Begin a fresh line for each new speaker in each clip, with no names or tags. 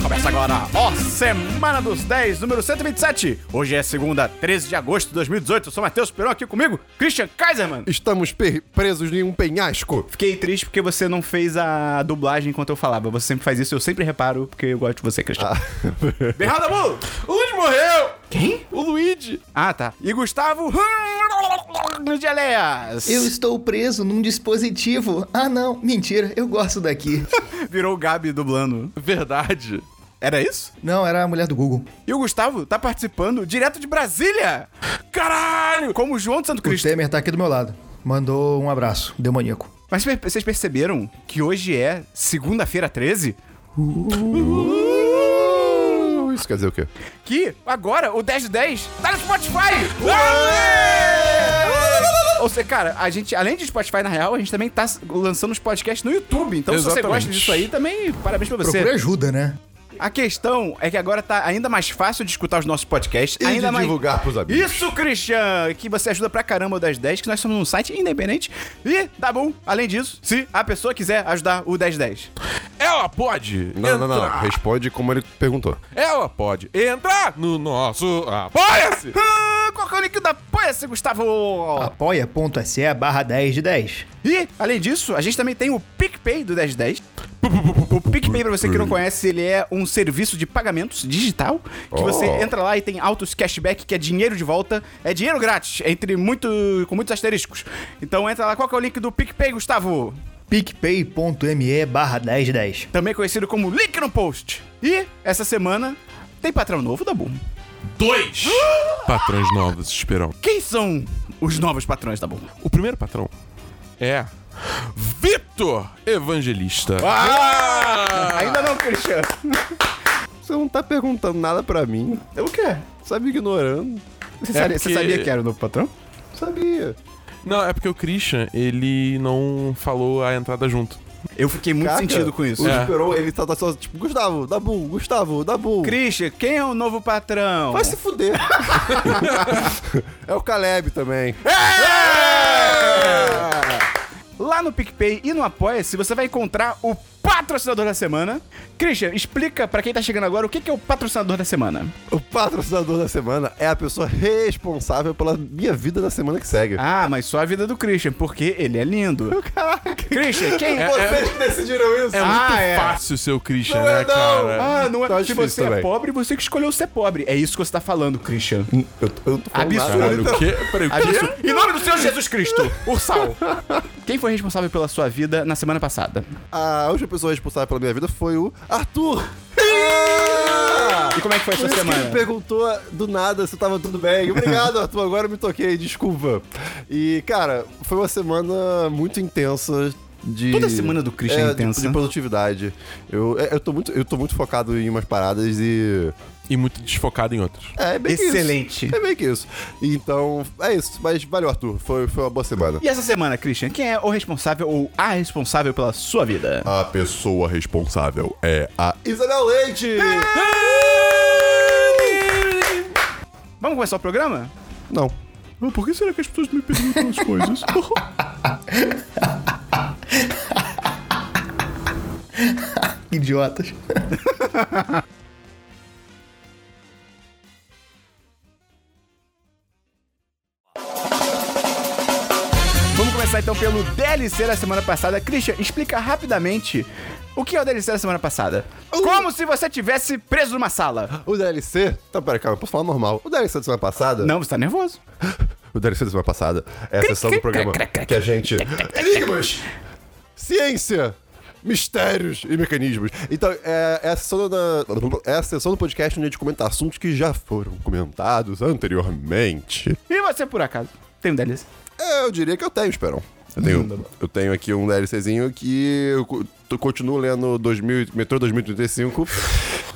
programa Ó Semana dos 10, número 127. Hoje é segunda, 13 de agosto de 2018. Eu sou Matheus Peron, aqui comigo, Christian Kaiserman.
Estamos per- presos em um penhasco.
Fiquei triste porque você não fez a dublagem enquanto eu falava. Você sempre faz isso, eu sempre reparo, porque eu gosto de você, Christian. Berrada Mulo! Luiz morreu! Quem?
O Luigi.
Ah, tá. E Gustavo... De Aleias.
Eu estou preso num dispositivo. Ah, não, mentira, eu gosto daqui.
Virou o Gabi dublando.
Verdade.
Era isso?
Não, era a mulher do Google.
E o Gustavo tá participando direto de Brasília! Caralho! Como o João de Santo
O
Cristo.
Temer tá aqui do meu lado. Mandou um abraço, demoníaco.
Mas per- vocês perceberam que hoje é segunda-feira 13?
Isso quer dizer o quê?
Que agora o 10 de 10 tá no Spotify! Ou seja, cara, a gente, além de Spotify, na real, a gente também tá s- lançando os podcasts no YouTube. Então, se você
Exatamente.
gosta disso aí, também parabéns pra você.
Procura ajuda, né?
A questão é que agora tá ainda mais fácil de escutar os nossos podcasts.
E
ainda
de
mais...
divulgar pros amigos.
Isso, Christian! Que você ajuda pra caramba o 1010, que nós somos um site independente. E tá bom. Além disso, se a pessoa quiser ajudar o 1010.
Ela pode
Não,
entrar.
não, não, não. Responde como ele perguntou.
Ela pode entrar no nosso apoia-se.
Ah, qual que é o link da Apoia-se, Gustavo?
Apoia.se barra 10 de 10.
E, além disso, a gente também tem o PicPay do 1010. O PicPay, pra você que não conhece, ele é um serviço de pagamentos digital que você entra lá e tem altos cashback, que é dinheiro de volta. É dinheiro grátis, entre muito, com muitos asteriscos. Então entra lá. Qual que é o link do PicPay, Gustavo?
PicPay.me barra 10 de 10.
Também conhecido como link no post. E, essa semana, tem patrão novo da Boom.
Dois patrões novos esperam.
Quem são os novos patrões da Boom?
O primeiro patrão é Vitor Evangelista.
Ainda não, Cristiano.
Você não tá perguntando nada pra mim.
O quê?
Sabe ignorando.
Você,
É
sabia, você
porque-
sabia que era o novo patrão?
Sabia.
Não, é porque o Christian, ele não falou a entrada junto.
Eu fiquei muito
Caca,
sentido com isso.
O
É.
Esperon, ele tá, tá só tipo, Gustavo, Dabu, Gustavo, Dabu.
Christian, quem é o novo patrão?
Vai se fuder. é o Caleb também.
Lá no PicPay e no Apoia-se, você vai encontrar o patrocinador da semana. Christian, explica pra quem tá chegando agora o que que é o patrocinador da semana.
O patrocinador da semana é a pessoa responsável pela minha vida da semana que segue.
Ah, mas só a vida do Christian, porque ele é lindo.
Caraca,
Christian, quem é?
vocês que decidiram isso.
É
Ah,
muito
é.
fácil ser o Christian,
Não é
né,
não.
cara?
Ah, não é
Tá
porque
difícil
você é
também.
pobre, você que escolheu ser pobre. É isso que você tá falando, Christian.
Eu, eu não tô falando
Absurdo. tá
nada.
Caralho, o quê? então, Peraí, o quê?
Em nome do Senhor Jesus Cristo, Ursal. Quem foi responsável pela sua vida na semana passada?
A última pessoa responsável pela minha vida foi o Arthur.
E como é que foi
Por
essa
isso que ele
semana?
perguntou do nada se tava tudo bem. Obrigado, Arthur. Agora eu me toquei, desculpa. E, cara, foi uma semana muito intensa. De,
Toda semana do Christian é
de-
intensa.
De, produtividade. Eu, é, eu, tô muito, eu tô muito focado em umas paradas e.
E muito desfocado em outros.
É, é bem que isso.
Excelente.
É meio que isso. Então, é isso. Mas valeu, Arthur. Foi, foi uma boa semana.
E essa semana, Christian, quem é o responsável ou a responsável pela sua vida?
A pessoa responsável é a Isabel Leite!
Vamos começar o programa?
Não.
Por que será que as pessoas me perguntam as coisas?
Idiotas.
Vamos começar então pelo DLC da semana passada. Christian, explica rapidamente o que é o DLC da semana passada. Como se você tivesse preso numa sala.
O DLC. Tá, pera, calma, eu posso falar normal. O DLC da semana passada.
Não, você tá nervoso.
O DLC da semana passada é a sessão do programa que a gente. Enigmas! Ciência! Mistérios e mecanismos. Então, é, é, a sessão da, é a sessão do podcast onde a gente comenta assuntos que já foram comentados anteriormente.
E você, por acaso, tem um DLC?
É, eu diria que eu tenho, Esperão. Eu tenho, eu tenho aqui um DLCzinho que eu co- tu- continuo lendo 2000, Metrô 2035.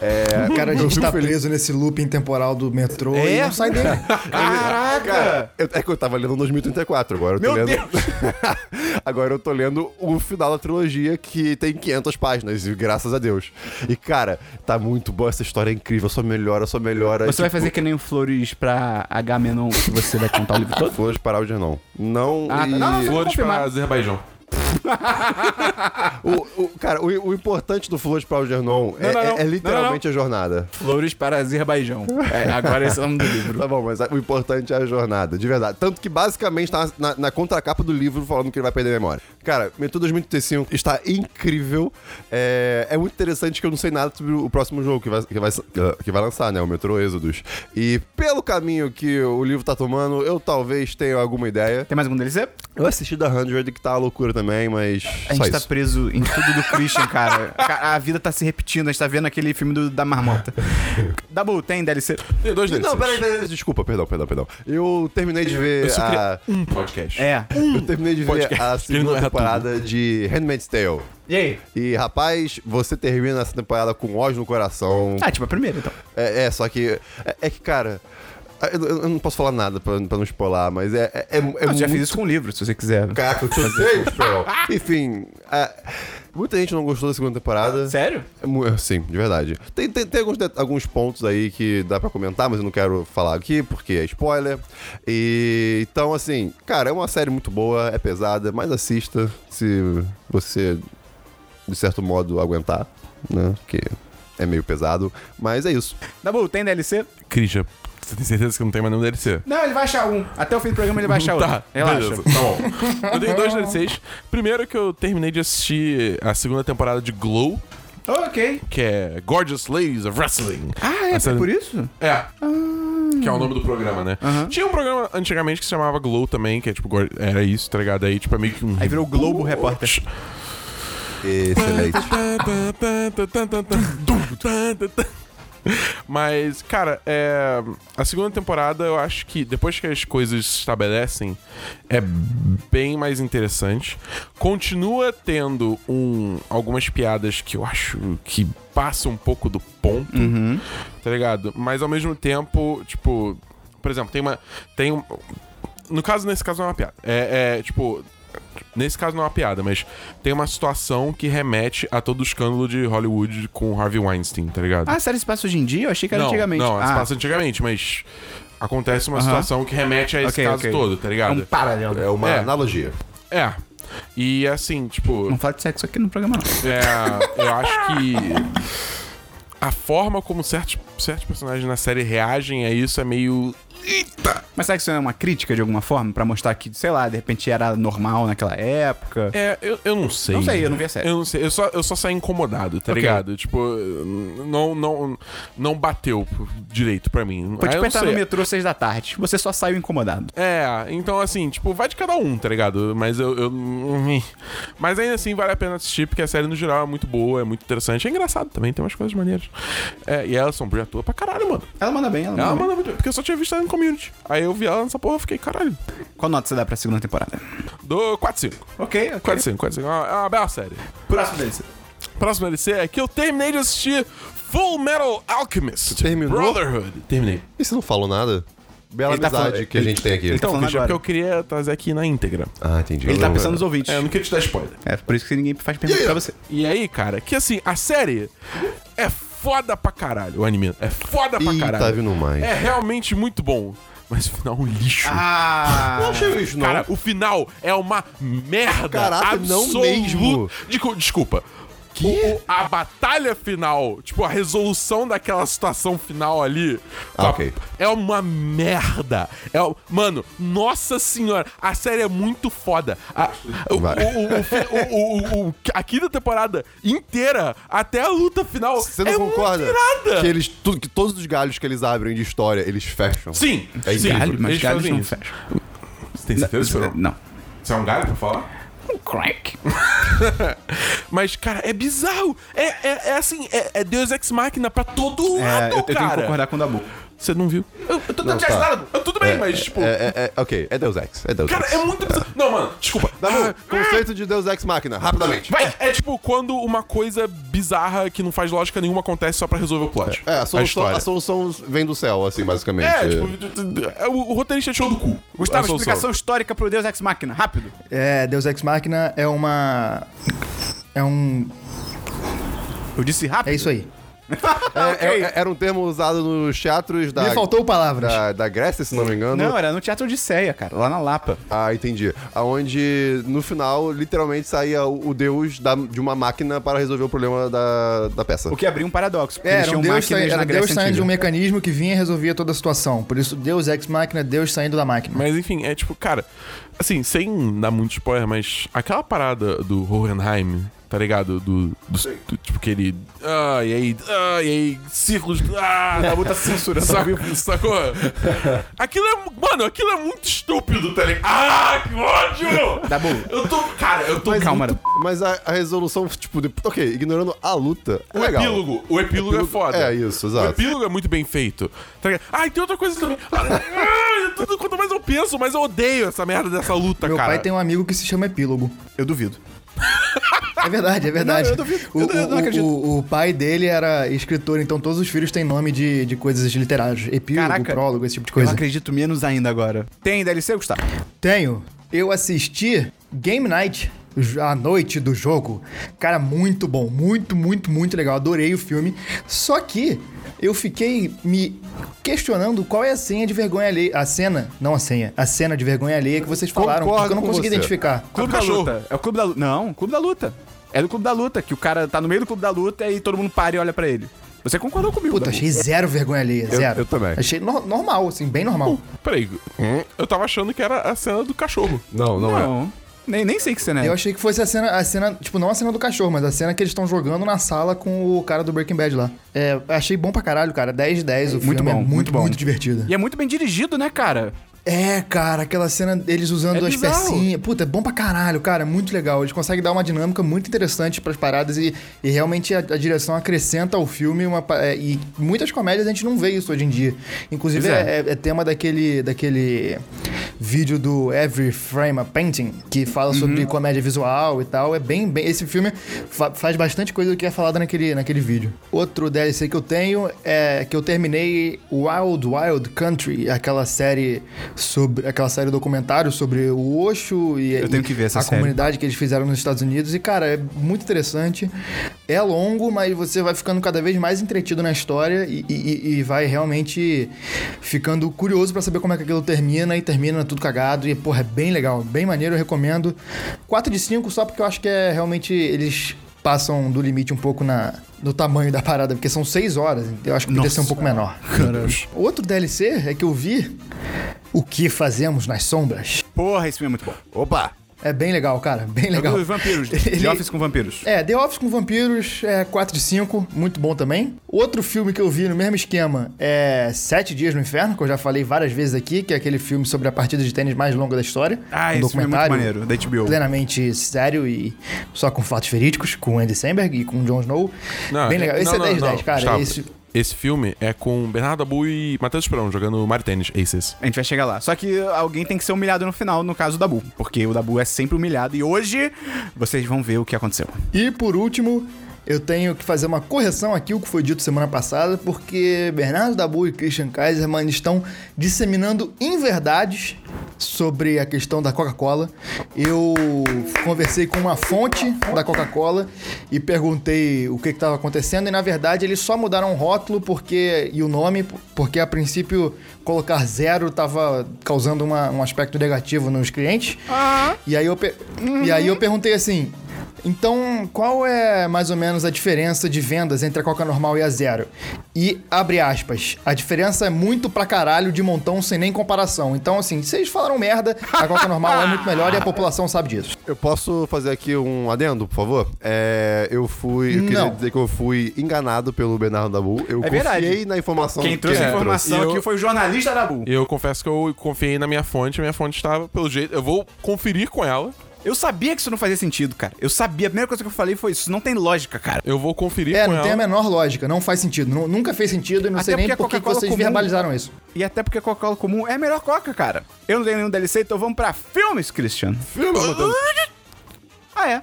É,
Cara, a gente
eu
tá
fico feliz.
preso nesse looping temporal do metrô e
É?
não sai dele.
Caraca!
Eu- é que eu tava lendo 2034, agora eu tô
Meu
lendo.
Deus!
agora eu tô lendo o final da trilogia que tem 500 páginas, e graças a Deus. E cara, tá muito boa essa história, é incrível, só melhora, só melhora.
Você vai
Tipo,
fazer que nem o Flores pra H Menon, que você vai contar o livro todo?
tipo, Flores para o não. Não
Ah, tá.
e...
Não, não, não.
Flores
confirmar.
pra Azerbaijão.
O, o- cara, o, o importante do Flores para Algernon é,
Não, não,
é-
não.
é literalmente a jornada.
Flores para Azerbaijão. É, agora esse é o nome do livro.
Tá bom, mas o importante é a jornada, de verdade. Tanto que basicamente tá na, na contracapa do livro falando que ele vai perder a memória. Cara, Metrô 2035 está incrível. É, é muito interessante que eu não sei nada sobre o próximo jogo que vai, que vai, que vai lançar, né? O Metrô Exodus. E pelo caminho que o livro tá tomando, eu talvez tenha alguma ideia.
Tem mais algum DLC?
Eu assisti da 100, que tá uma loucura também, mas
A
só
gente tá
isso.
preso em tudo do Christian, cara. A, a vida tá se repetindo, a gente tá vendo aquele filme do- da marmota. Dabu, tem DLC?
Tem dois deles.
Não, peraí, peraí, desculpa, perdão, perdão, perdão. Eu terminei de ver
Eu só queria
a...
um podcast.
É.
Eu terminei de ver
podcast,
a
que ele não
segunda
erra
temporada de Handmaid's Tale.
E aí?
E, rapaz, você termina essa temporada com um ódio no coração.
Ah, tipo, a primeira, então.
É, é, só que. É, é que, cara. Eu, eu não posso falar nada pra, pra não spoiler, mas é. é, é, é
Eu Ah, já
muito-
fiz isso
um
com o livro, se você quiser.
Caraca, eu te odeio, Sparrow. Enfim, é, muita gente não gostou da segunda temporada.
Sério?
É mu- é, Sim, de verdade. Tem, tem, tem alguns, de- alguns pontos aí que dá pra comentar, mas eu não quero falar aqui porque é spoiler. E, então, assim, cara, é uma série muito boa, é pesada, mas assista se você, de certo modo, aguentar, né? Porque é meio pesado. Mas é isso.
Dabu, tem DLC?
Christian, você tem certeza que não tem mais nenhum DLC?
Não, ele vai achar um. Até o fim do programa ele vai achar outro.
Tá,
Relaxa.
beleza, tá bom. Eu tenho dois DLCs. Primeiro que eu terminei de assistir a segunda temporada de Glow,
Ok.
que é Gorgeous Ladies of Wrestling.
Ah, é,
A série-
por isso?
É. Que é o nome do programa, né? Tinha um programa antigamente que se chamava Glow também, que é tipo, gor- era isso, tá ligado? Aí, tipo, é meio que um.
Aí virou Globo Repórter.
Excelente.
Mas, cara, é, a segunda temporada eu acho que depois que as coisas se estabelecem, é bem mais interessante. Continua tendo um, algumas piadas que eu acho que passam um pouco do ponto, tá ligado? Mas ao mesmo tempo, tipo, por exemplo, tem uma. Tem um, no caso, nesse caso não é uma piada. É, é, tipo. Nesse caso não é uma piada, mas tem uma situação que remete a todo o escândalo de Hollywood com o Harvey Weinstein, tá ligado?
Ah, a série se passa hoje em dia? Eu achei que era
não,
antigamente.
Não,
ah,
se passa antigamente, mas acontece uma
Aham.
situação que remete a esse
Ok,
caso
ok.
todo, tá
é
ligado?
um paralelo.
É uma
É.
analogia.
É. E assim, tipo.
Não fala de sexo aqui no programa, não.
É, eu acho que a forma como certos, certos personagens na série reagem a isso é meio.
Mas será que isso é uma crítica de alguma forma? Pra mostrar que, sei lá, de repente era normal naquela época?
É, eu, eu não sei.
Não sei, eu não vi a série.
Eu não sei, eu só, eu só saí incomodado, tá
Ok.
ligado? Tipo, n- não, não, não bateu direito pra mim.
Foi
Aí
tipo
eu não
entrar
sei.
no metrô seis da tarde. Você só saiu incomodado.
É, então assim, tipo, vai de cada um, tá ligado? Mas eu, eu. Mas ainda assim vale a pena assistir, porque a série no geral é muito boa, é muito interessante. É engraçado também, tem umas coisas maneiras. É, e ela sombria atua pra caralho, mano.
Ela manda bem, ela manda
Ela
bem.
manda muito. Porque eu só tinha visto ela no community. Aí eu vi ela nessa porra e fiquei, caralho.
Qual nota você dá pra segunda temporada?
Do 4-5.
Ok,
4-5, 4-5. É uma- é uma bela série.
Próximo deles.
Próximo LC é que eu terminei de assistir Full Metal Alchemist.
terminou?
Brotherhood. Terminei.
E você não falou nada? Bela
Ele tá
amizade
falando-
que a gente tem aqui.
ele tá- falando
Então,
agora.
porque eu queria trazer aqui na íntegra.
Ah, entendi.
Ele tá
Não,
pensando
é.
nos ouvintes.
É, eu não queria te dar spoiler.
É, por isso que ninguém faz pergunta pra você.
E aí, cara, que assim, a série é foda pra caralho, o anime. É foda pra
Ih,
caralho.
tá vindo mais.
É realmente muito bom. Mas o final é um lixo.
Ah!
Não achei isso, não.
Cara, o final é uma merda.
Caraca, não
absoluta.
mesmo.
Descu- desculpa. O- o- a batalha final, tipo, a resolução daquela situação final ali.
Ah,
a-
ok.
É uma merda. É, o- mano, nossa senhora. A série é muito foda. A, o,
Vai.
o- o- o- o- o- a quinta temporada inteira, até a luta final.
Você não
é
concorda
Muito irada.
que eles tu- que todos os galhos que eles abrem de história, eles fecham?
Sim,
É
sim.
Galho, mas
Eles
galhos
fazem
não
isso.
fecham.
Você tem certeza? que você não-
Não.
Você é um galho pra falar?
Um crack.
Mas, cara, é bizarro. É, é, é assim, é, é Deus Ex Machina pra todo
É,
lado,
eu, eu tenho que
cara.
concordar com o Dabu.
Você não viu? Eu, eu tô
Não,
tentando te
tá.
ajudar. Eu- Tudo bem,
É,
mas, tipo...
É, é, é, ok, é Deus Ex. É Deus
cara,
Ex.
é muito bizarro. Não, mano, desculpa.
Tá bom,
Ah,
conceito de Deus Ex Máquina, rapidamente.
Vai. É, é tipo quando uma coisa bizarra que não faz lógica nenhuma acontece só pra resolver o plot.
É, a solução,
história.
a solução vem do céu, assim, basicamente.
É, tipo, d- d- d- é, o, o roteirista tirou do cu.
Gustavo,
A solução.
explicação histórica pro Deus Ex Machina. Rápido.
É, Deus Ex Machina é uma. É um.
Eu disse rápido.
É isso aí.
tá
É, é- é- era um termo usado nos teatros da,
Me faltou palavras.
da, da Grécia, se não me engano.
Não, era no Teatro Odisseia, cara, lá na Lapa.
Ah, entendi. Aonde no final, literalmente, saía o, o deus da- de uma máquina para resolver o problema da, da peça.
O que abriu um paradoxo. porque eles
Era um
tinham
Deus,
máquinas
sa-
na
era Deus
Grécia
saindo de um
Antiga.
mecanismo que vinha e resolvia toda a situação. Por isso, Deus ex máquina, Deus saindo da máquina.
Mas enfim, é tipo, cara, assim, sem dar muito spoiler, mas aquela parada do Hohenheim, tá ligado? Do, do- do- tipo aquele. Ah, e aí, ah, e aí, círculos. Ah,
Dabu tá censurando ao
Saco- sacou? Aquilo é. mu- Mano, aquilo é muito estúpido, tá ligado? Ah, que ódio!
Dabu.
Eu tô. Cara, eu tô.
Calma,
muito-
Mas a, a resolução, tipo, de- ok, ignorando a luta, é
O
legal.
epílogo, o epílogo é foda.
É isso,
O
exato.
epílogo é muito bem feito. Tá ligado? Ah, e tem outra coisa também. Ah, tudo- quanto mais eu penso, mais eu odeio essa merda dessa luta,
Meu
cara.
pai tem um amigo que se chama Epílogo.
eu duvido.
É verdade, é verdade.
eu duvido.
O,
Eu não- eu não
o-
acredito.
o- o pai dele era escritor, então todos os filhos têm nome de, de coisas literárias. Epílogo,
Caraca.
prólogo, esse tipo de
Eu
coisa.
acredito menos ainda agora. Tem DLC, Gustavo?
Tenho. Eu assisti Game Night, a noite do jogo. Cara, muito bom. Muito, muito, muito legal. Adorei o filme. Só que eu fiquei me questionando qual é a senha de vergonha alheia. A cena, não a senha, a cena de vergonha alheia que vocês falaram,
Concordo
que eu não
com
consegui
você.
identificar.
Clube
É
da
do cachorro.
Luta. É o Clube da Luta. Não, Clube da Luta. É do Clube da Luta, que o cara tá no meio do Clube da Luta e todo mundo para e olha pra ele. Você concordou comigo,
Puta,
Dabu.
achei zero vergonha alheia, zero.
eu também.
Achei no- normal, assim, bem normal.
Peraí, hum, eu tava achando que era a cena do cachorro.
Não, não, é.
Não, nem, nem sei que cena é.
Eu achei que fosse a cena, a cena, tipo, não a cena do cachorro, mas a cena que eles estão jogando na sala com o cara do Breaking Bad lá. É, achei bom pra caralho, cara. 10 de 10, o
Muito
filme é
bom,
muito,
muito bom.
muito divertido.
E é muito bem dirigido, né, cara?
É, cara, aquela cena deles usando
É
as
bizarro.
pecinhas. Puta, é bom pra caralho, cara. É muito legal. Eles conseguem dar uma dinâmica muito interessante pras paradas e, e realmente a, a direção acrescenta ao filme uma. pa- é, e muitas comédias a gente não vê isso hoje em dia. Inclusive,
Pois
é, é tema daquele, daquele vídeo do Every Frame a Painting, que fala
Uhum.
sobre comédia visual e tal. É bem, bem. Esse filme fa- faz bastante coisa do que é falado naquele, naquele vídeo. Outro DLC que eu tenho é que eu terminei Wild Wild Country, aquela série sobre. aquela série documentário sobre o Osho e,
Eu tenho
e
que ver essa
a
série.
comunidade que eles fizeram nos Estados Unidos. E, cara, é muito interessante. É longo, mas você vai ficando cada vez mais entretido na história e, e- e vai realmente ficando curioso pra saber como é que aquilo termina. E termina tudo cagado. E, porra, é bem legal, bem maneiro, eu recomendo. 4 de 5 só porque eu acho que é realmente. Eles passam do limite um pouco na, no tamanho da parada, porque são 6 horas. Eu acho que podia ser um pouco menor. Outro DLC é que eu vi. O que fazemos nas sombras?
Porra, esse filme é muito bom.
Opa!
É bem legal, cara. Bem legal.
É dos vampiros.
Ele-
The Office com vampiros.
É, The Office com Vampiros é 4 de 5, muito bom também. Outro filme que eu vi no mesmo esquema é Sete Dias no Inferno, que eu já falei várias vezes aqui, que é aquele filme sobre a partida de tênis mais longa da história. Um
Ah, esse filme é muito maneiro, da HBO.
Plenamente sério e só com fatos verídicos, com Andy Samberg e com Jon Snow. bem legal. Esse é 10 10, cara.
Gustavo,
Esse...
esse filme é com Bernardo Abu e Matheus Esperão jogando Mario Tennis Aces.
A gente vai chegar lá. Só que alguém tem que ser humilhado no final, no caso do Dabu. Porque o Dabu é sempre humilhado. E hoje vocês vão ver o que aconteceu.
E por último, eu tenho que fazer uma correção aqui, o que foi dito semana passada, porque Bernardo Dabu e Christian Kaiserman estão disseminando inverdades sobre a questão da Coca-Cola. Eu conversei com uma fonte da Coca-Cola e perguntei o que estava acontecendo, e na verdade eles só mudaram o rótulo porque, e o nome, porque a princípio colocar zero estava causando uma- um aspecto negativo nos clientes. E, aí eu pe- e
Uhum.
aí eu perguntei assim. Então, qual é mais ou menos a diferença de vendas entre a Coca normal e a zero? E, abre aspas, a diferença é muito pra caralho de montão sem nem comparação. Então, assim, vocês falaram merda, a Coca normal é muito melhor e a população sabe disso.
Eu posso fazer aqui um adendo, por favor? É, eu fui. Eu queria
Não.
dizer que eu fui enganado pelo Bernardo Dabu. Eu confiei
verdade.
na informação
Quem trouxe
que
a
é.
ele
informação
trouxe.
aqui foi o jornalista Dabu.
E eu confesso que eu confiei na minha fonte, a minha fonte estava, pelo jeito, eu vou conferir com ela.
Eu sabia que isso não fazia sentido, cara. Eu sabia. A primeira coisa que eu falei foi isso. Não tem lógica, cara.
Eu vou conferir
É,
com
não
ela.
tem a menor lógica, não faz sentido. nu- nunca fez sentido e não
Até
sei
porque
nem
a
por que que
Coca-Cola
vocês
comum-
verbalizaram isso.
E até porque a Coca-Cola comum é a melhor Coca, cara. Eu não tenho nenhum DLC, então vamos pra filmes, Christian.
trouxe. Filma, Matheus.
Ah, é.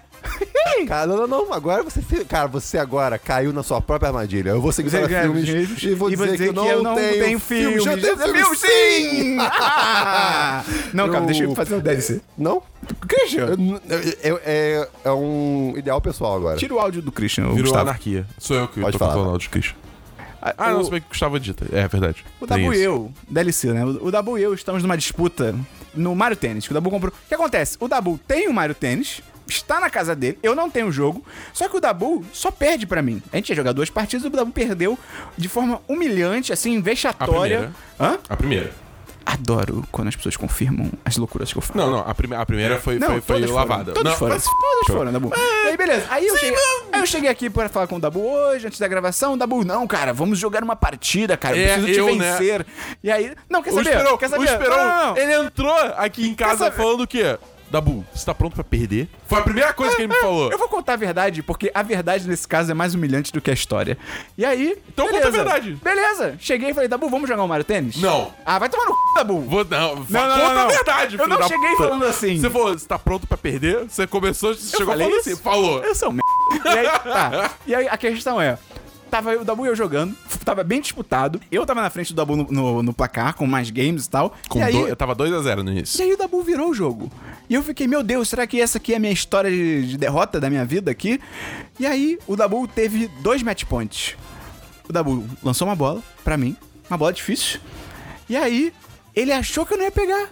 Cara, não, não, não. Agora você. fi- Cara, você agora caiu na sua própria armadilha. Eu vou seguir
Você
para
quer
filmes
filmes?
e vou
E
dizer, que, eu não, tenho, filmes. Já tenho filmes, sim!
Ah! não, cara,
Eu-
deixa eu fazer o DLC.
Não?
Christian,
É, é- é- é um ideal pessoal agora.
tira o áudio do Christian, o
Virou
Gustavo.
anarquia. Sou eu que
Pode
tô
falar.
falando áudio, Christian. Ah, não,
o,
se bem que Gustavo dita. É verdade.
o
Tem
Dabu e
isso.
eu, DLC, né? O o Dabu e eu estamos numa disputa no Mario Tênis, que o Dabu comprou. O que acontece? O Dabu tem o Mario Tênis, está na casa dele, eu não tenho o jogo, só que o Dabu só perde pra mim. A gente ia jogar duas partidas e o Dabu perdeu de forma humilhante, assim, vexatória. Hã?
A primeira.
Adoro quando as pessoas confirmam as loucuras que eu falo.
Não, não, a, prime a primeira foi, foi, foi
todas
lavada.
Foram, todas
não,
foram.
mas-
Todas foram, Dabu.
É.
E aí, beleza. Aí eu, cheguei, aí eu cheguei aqui pra falar com o Dabu hoje, antes da gravação. Dabu, não, cara, vamos jogar uma partida, cara. Eu
É,
preciso te
eu, né?
vencer. E aí. Não, quer
O
saber?
Esperon,
quer saber?
o
Não,
Esperon,
não, não.
ele entrou aqui em casa
saber?
falando o quê? Dabu, você tá pronto pra perder? Foi a primeira coisa que ele me falou.
É, Eu vou contar a verdade, porque a verdade nesse caso é mais humilhante do que a história. E aí.
Então conta a verdade.
Beleza. Cheguei e falei, Dabu, vamos jogar um Mario Tênis?
Não.
Ah, vai tomar no c, Dabu.
Vou, não, não,
não,
conta
não,
a
não.
verdade,
Eu
filho
não
da
cheguei
puta.
falando assim.
Você falou, você tá pronto pra perder? Você começou, você chegou
falei
falando
isso?
assim. Falou.
Eu sou um merda. E aí, tá. E aí, a questão é. Tava eu, o Dabu e eu jogando, f- tava bem disputado. Eu tava na frente do Dabu no, no- no placar, com mais games e tal.
Com
e, aí,
do- eu tava 2x0 no
e
início.
aí o Dabu virou o jogo. E eu fiquei, meu Deus, será que essa aqui é a minha história de, de derrota da minha vida aqui? E aí o Dabu teve dois match points. O Dabu lançou uma bola pra mim, uma bola difícil. E aí ele achou que eu não ia pegar.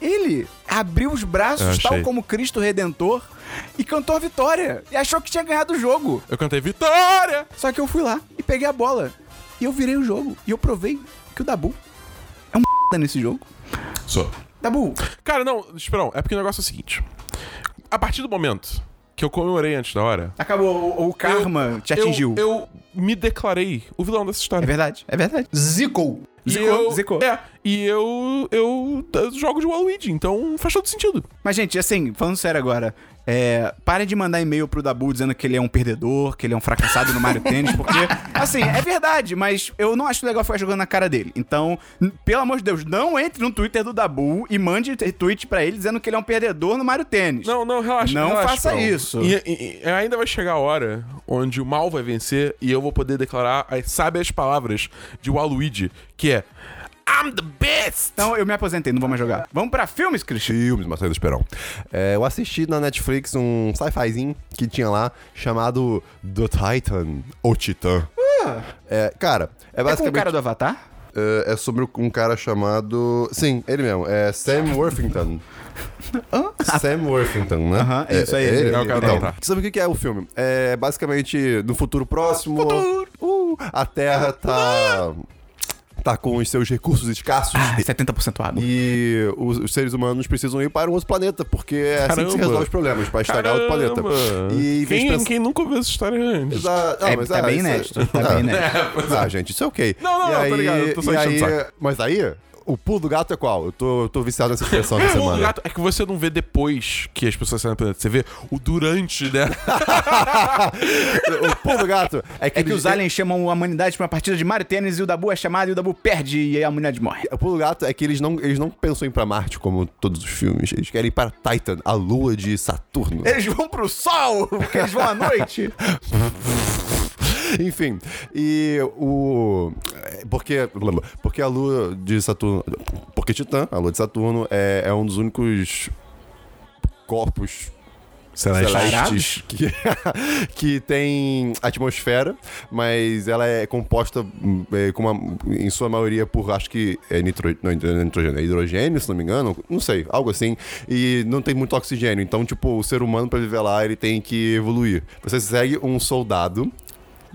Ele abriu os
Eu
braços,
achei.
tal como Cristo Redentor, e cantou a vitória. E achou que tinha ganhado o jogo.
Eu cantei vitória!
Só que eu fui lá e peguei a bola. E eu virei o jogo. E eu provei que o Dabu é um merda nesse jogo.
Sou.
Dabu,
Cara, não, Esperão, é porque o negócio é o seguinte. A partir do momento que eu comemorei antes da hora,
acabou. O, o karma
eu-
te atingiu.
Eu, eu me declarei o vilão dessa história.
É verdade, é verdade.
Zico.
E
Zicou,
eu,
zicou.
É, e eu, eu eh, jogo de Waluigi, então faz todo sentido.
Mas, gente, assim, falando sério agora, é, parem de mandar e-mail pro Dabu dizendo que ele é um perdedor, que ele é um fracassado no Mario Tênis, porque, assim, é verdade, mas eu não acho legal ficar jogando na cara dele. Então, n- pelo amor de Deus, não entre no Twitter do Dabu e mande t- tweet pra ele dizendo que ele é um perdedor no Mario Tênis.
Não, não, relaxa.
Não
relaxa,
faça
Paulo.
isso.
E, e- e ainda vai chegar a hora onde o mal vai vencer e eu vou poder declarar as sábias palavras de Waluigi, que é I'm the best!
Então, eu me aposentei, não vou mais jogar. Vamos pra filmes, Cristian.
Filmes, Marcelo Esperão. É, eu assisti na Netflix um sci-fizinho que tinha lá chamado The Titan, ou Titã. É, cara,
Ah. É
é
com o
basicamente.
cara do Avatar?
É, é sobre um cara chamado. Sim, ele mesmo. É Sam Worthington. Sam Worthington, né?
Aham, é isso aí, ele
é o cara do
então,
Avatar.
Sabe o que que é o filme? É basicamente no futuro próximo. uh, a Terra tá. tá com os seus recursos escassos.
Ah, 70% água.
E os, os seres humanos precisam ir para um outro planeta, porque é assim que se
Caramba.
resolve os problemas, para estragar outro planeta.
Caramba.
E em vez de
quem,
pensar-
quem nunca ouviu essa história antes?
Exa- Ah,
É,
mas,
tá
ah,
bem
isso-
inédito, tá bem inédito.
ah, gente, isso é ok.
Não, não,
E
não, tô ligado, eu tô só
e
enchendo
aí,
o saco.
Mas aí, o pulo do gato é qual? Eu tô, eu tô viciado nessa expressão
O
essa
pulo do
semana.
gato é que você não vê depois que as pessoas saem do planeta, você vê o durante, né?
o pulo do gato é que,
É que
eles-
os aliens chamam a humanidade pra uma partida de Mario Tênis e o Dabu é chamado e o Dabu perde e aí a humanidade morre.
O pulo do gato é que eles não, eles não pensam em ir pra Marte como todos os filmes. Eles querem ir para Titan, a lua de Saturno.
Eles vão pro sol, porque eles vão à noite.
Enfim, e o. é, Porque, blá, blá, porque a lua de Saturno. Porque Titã, a lua de Saturno, é, é um dos únicos corpos celestes que, que tem atmosfera, mas ela é composta hum, é, com uma- em sua maioria por acho que é nitro, não, é nitrogênio, é hidrogênio, se não me engano, não sei, algo assim, e não tem muito oxigênio. Então, tipo, o ser humano para viver lá ele tem que evoluir. Você segue um soldado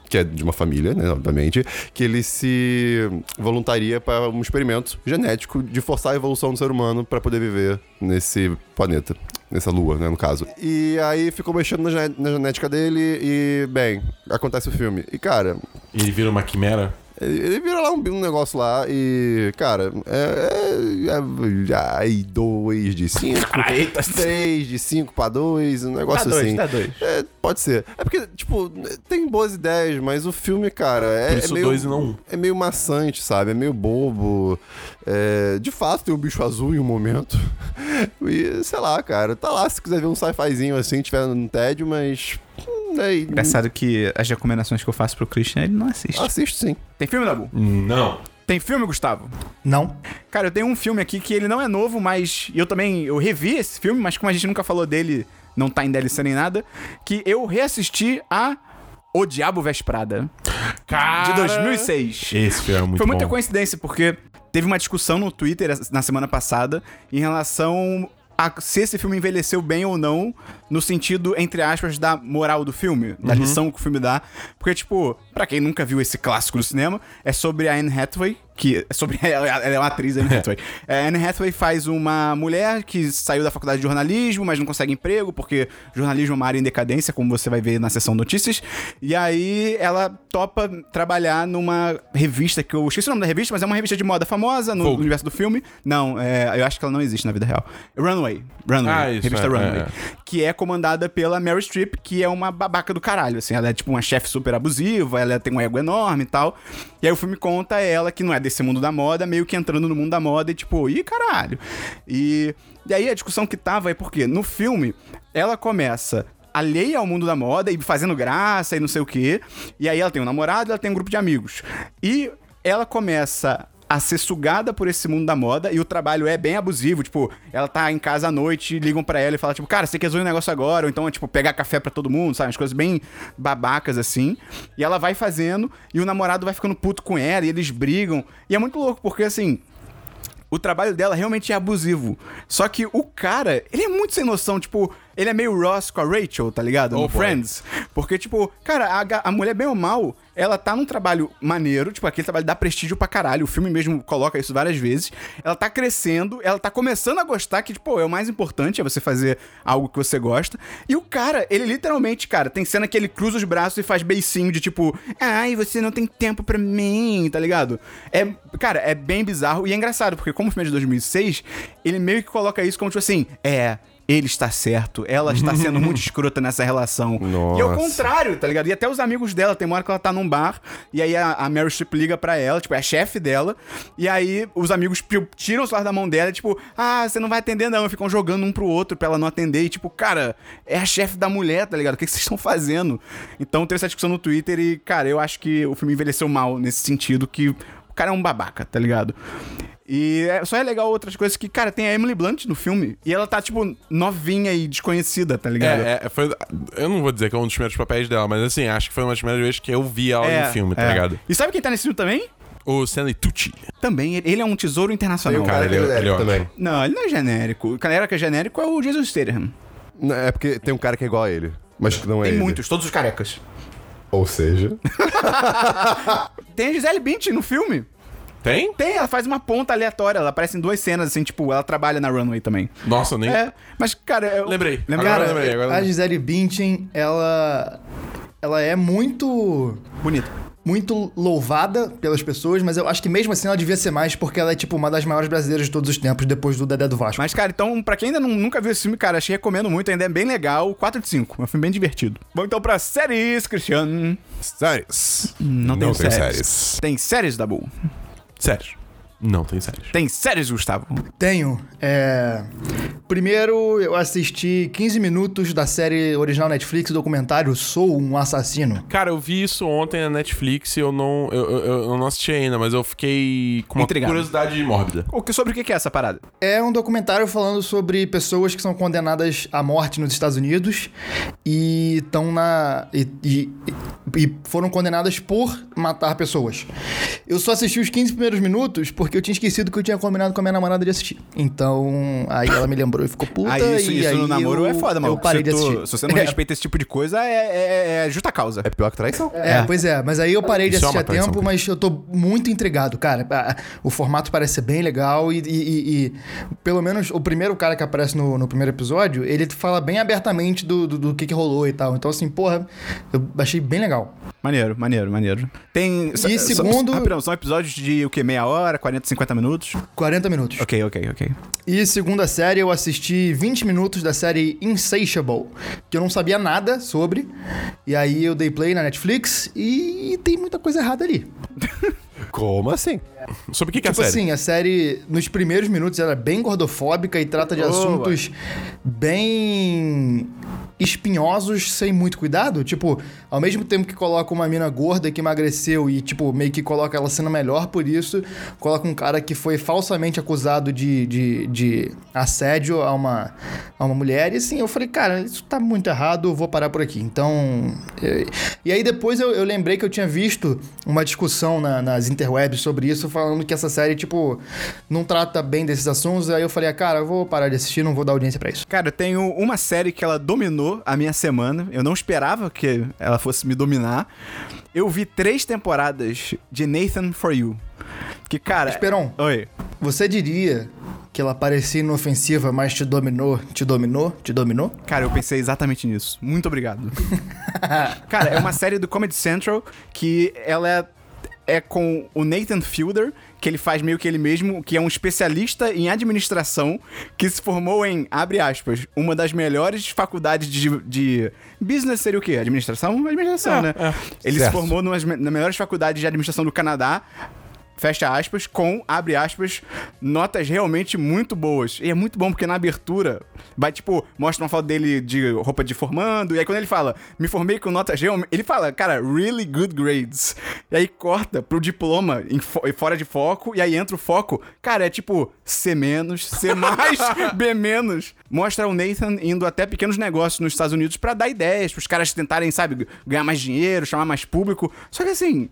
que é de uma família, né, obviamente, que ele se voluntaria para um experimento genético de forçar a evolução do ser humano para poder viver nesse planeta, nessa lua, né, no caso. E aí ficou mexendo na, gene- na genética dele e, bem, acontece o filme. E, cara,
E ele vira uma quimera.
ele ele vira lá um, um negócio lá e, cara, é, é, é, aí dois de cinco,
Eita.
três de cinco para dois, um negócio
Dá
Tá
dois,
assim.
dá dois.
É, pode ser. É porque, tipo, tem boas ideias, mas o filme, cara, é,
Por
é
isso
meio.
dois e não um.
É meio maçante, sabe? É meio bobo. É, de fato, tem um bicho azul em um momento. E, sei lá, cara, tá lá se quiser ver um sci-fizinho assim, tiver no tédio, mas. hum, Daí,
É
Engraçado que as recomendações que eu faço pro Christian, ele não assiste.
assisto sim.
Tem filme, Ah, Dabu?
Não.
Tem filme, Gustavo?
Não.
Cara, eu tenho um filme aqui que ele não é novo, mas eu também eu revi esse filme, mas como a gente nunca falou dele, não tá em DLC nem nada, que eu reassisti a O Diabo Veste Prada.
Cara,
De 2006.
Esse filme é muito
Foi muita
bom.
coincidência, porque teve uma discussão no Twitter essa- na semana passada em relação a se esse filme envelheceu bem ou não, no sentido, entre aspas, da moral do filme, da
Uhum.
lição que o filme dá. Porque, tipo, pra quem nunca viu esse clássico do cinema, é sobre a Anne Hathaway, que é sobre ela, ela é uma atriz, a Anne Hathaway. É, a Anne Hathaway faz uma mulher que saiu da faculdade de jornalismo, mas não consegue emprego, porque jornalismo é uma área em decadência, como você vai ver na seção notícias. E aí ela topa trabalhar numa revista que eu esqueci o nome da revista, mas é uma revista de moda famosa no
Vogue.
universo do filme. Não, é, eu acho que ela não existe na vida real. Runway. Runway.
Ah, isso,
revista
é,
Runway
é.
que é comandada pela Mary Streep, que é uma babaca do caralho, assim, ela é tipo uma chefe super abusiva, ela tem um ego enorme e tal. E aí o filme conta ela, que não é desse mundo da moda, meio que entrando no mundo da moda e tipo, ih, caralho. E, e aí a discussão que tava é porque no filme ela começa alheia ao mundo da moda e fazendo graça e não sei o quê. E aí ela tem um namorado, ela tem um grupo de amigos. E ela começa a ser sugada por esse mundo da moda e o trabalho é bem abusivo, tipo, ela tá em casa à noite, ligam pra ela e falam, tipo, cara, você quer resolver um negócio agora, ou então, tipo, pegar café pra todo mundo, sabe, umas coisas bem babacas, assim, e ela vai fazendo, e o namorado vai ficando puto com ela, e eles brigam, e é muito louco, porque, assim, o trabalho dela realmente é abusivo, só que o cara, ele é muito sem noção, tipo, ele é meio Ross com a Rachel, tá ligado? No
Oh, boy.
Friends. Friends. Porque, tipo, cara, a, ga- a mulher, bem ou mal, ela tá num trabalho maneiro, tipo, aquele trabalho dá prestígio pra caralho. O filme mesmo coloca isso várias vezes. Ela tá crescendo, ela tá começando a gostar, que, tipo, é o mais importante, é você fazer algo que você gosta. E o cara, ele literalmente, cara, tem cena que ele cruza os braços e faz beicinho de tipo, ai, você não tem tempo pra mim, tá ligado? É, cara, é bem bizarro e é engraçado, porque como o filme é de 2006, ele meio que coloca isso como, tipo assim, é ele está certo, ela está sendo muito escrota nessa relação. E ao
Nossa.
contrário, tá ligado? E até os amigos dela, tem uma hora que ela tá num bar, e aí a, a Meryl Streep liga pra ela, tipo, é a chefe dela, e aí os amigos pi- tiram o celular da mão dela, e, tipo, ah, você não vai atender não, e ficam jogando um pro outro pra ela não atender, e tipo, cara, é a chefe da mulher, tá ligado? O que que vocês estão fazendo? Então teve essa discussão no Twitter e, cara, eu acho que o filme envelheceu mal nesse sentido, que o cara é um babaca, tá ligado? E é- só é legal outras coisas que, cara, tem a Emily Blunt no filme. E ela tá, tipo, novinha e desconhecida, tá ligado?
É, é, foi, eu não vou dizer que é um dos primeiros papéis dela, mas assim, acho que foi uma das primeiras vezes que eu vi ela
É,
no filme, tá
é.
ligado?
E sabe quem tá nesse filme também?
O Stanley Tucci.
Também, ele ele é um tesouro internacional.
cara- ele é-
um que
ele é
também.
ótimo.
Não, ele não é genérico. O cara que é genérico é o Jesus Statham.
Não, É porque tem um cara que é igual a ele, mas que não é
Tem
ele.
muitos, todos os carecas.
Ou seja,
Tem a Gisele Bündchen no filme.
Tem?
Tem, ela faz uma ponta aleatória, ela aparece em duas cenas, assim, tipo, ela trabalha na Runway também.
Nossa, nem.
É, mas, cara... Eu...
Lembrei.
Lembrei.
Agora lembrei, agora
A
lembrei.
Gisele Bündchen, ela ela é muito
Bonito.
muito louvada pelas pessoas, mas eu acho que mesmo assim ela devia ser mais porque ela é tipo uma das maiores brasileiras de todos os tempos depois do Dedé do Vasco.
Mas, cara, então, pra quem ainda não- nunca viu esse filme, cara, achei recomendo muito, ainda é bem legal. 4 de 5, é um filme bem divertido. Bom, então, pra séries, Cristiano.
Séries.
Não, tem, séries.
séries.
Tem séries, Dabu.
Séries. Não tem séries.
Tem séries, Gustavo.
Tenho. É... Primeiro, eu assisti 15 minutos da série original Netflix, documentário Sou um Assassino.
Cara, eu vi isso ontem na Netflix e eu não, eu, eu, eu não assisti ainda, mas eu fiquei com uma
Intrigado.
curiosidade mórbida.
O que, sobre o que é essa parada?
É um documentário falando sobre pessoas que são condenadas à morte nos Estados Unidos e estão na. E, e- e foram condenadas por matar pessoas. Eu só assisti os 15 primeiros minutos porque eu tinha esquecido que eu tinha combinado com a minha namorada de assistir. Então, aí ela me lembrou e ficou puta.
aí, Ah, isso,
e
isso
aí
no namoro
eu,
é foda, maluco.
Eu parei
se,
de
tu-
assistir. É.
se você não respeita esse tipo de coisa, é, é, é justa causa.
é pior que traição.
É, pois é, mas aí eu parei de
Isso é
assistir
uma
a
traição,
tempo,
cara.
mas eu tô muito intrigado, cara. Ah, O formato parece ser bem legal e, e- e- e, pelo menos o primeiro cara que aparece no, no primeiro episódio, ele fala bem abertamente do, do, do que, que rolou e tal. Então, assim, porra, eu achei bem legal.
Maneiro, maneiro, maneiro. Tem. só- só-
segundo-
rapidão, são episódios de o quê? Meia hora, 40, 50 minutos?
40 minutos.
Ok, ok, ok.
E segunda série, eu assisti 20 minutos da série Insatiable, que eu não sabia nada sobre. E aí eu dei play na Netflix e tem muita coisa errada ali.
Como assim?
Sobre o que, que é a
Tipo
série?
assim, a série, nos primeiros minutos, ela é bem gordofóbica e trata de
Boa.
assuntos bem espinhosos, sem muito cuidado. Tipo, Ao mesmo tempo que coloca uma mina gorda que emagreceu e, tipo, meio que coloca ela sendo melhor por isso, coloca um cara que foi falsamente acusado de, de, de assédio a uma, a uma mulher. E assim, eu falei, cara, isso tá muito errado, eu vou parar por aqui. Então. eu- E aí depois eu, eu lembrei que eu tinha visto uma discussão na- nas interwebs sobre isso, falando que essa série, tipo, não trata bem desses assuntos. Aí eu falei, ah, cara, eu vou parar de assistir, não vou dar audiência pra isso.
Cara, eu tenho uma série que ela dominou a minha semana. Eu não esperava que ela fosse me dominar. Eu vi três temporadas de Nathan For You. Que, cara...
Esperon.
Oi.
Você diria que ela parecia inofensiva, mas te dominou, te dominou, te dominou?
Cara, eu pensei exatamente nisso. Muito obrigado. Cara, é uma série do Comedy Central que ela é, é com o Nathan Fielder, que ele faz meio que ele mesmo, que é um especialista em administração, que se formou em, abre aspas, uma das melhores faculdades de, de business seria o quê? Administração? Administração, né? ele
certo.
se formou numas me- nas melhores faculdades de administração do Canadá. Fecha aspas, com, abre aspas, notas realmente muito boas. E é muito bom porque na abertura vai, tipo, mostra uma foto dele de roupa de formando. E aí quando ele fala, me formei com notas realmente. Ele fala, cara, really good grades. E aí corta pro diploma em fo- fora de foco. E aí entra o foco. Cara, é tipo, C menos, C mais, B menos. Mostra o Nathan indo até pequenos negócios nos Estados Unidos pra dar ideias, pros caras tentarem, sabe, ganhar mais dinheiro, chamar mais público. Só que assim,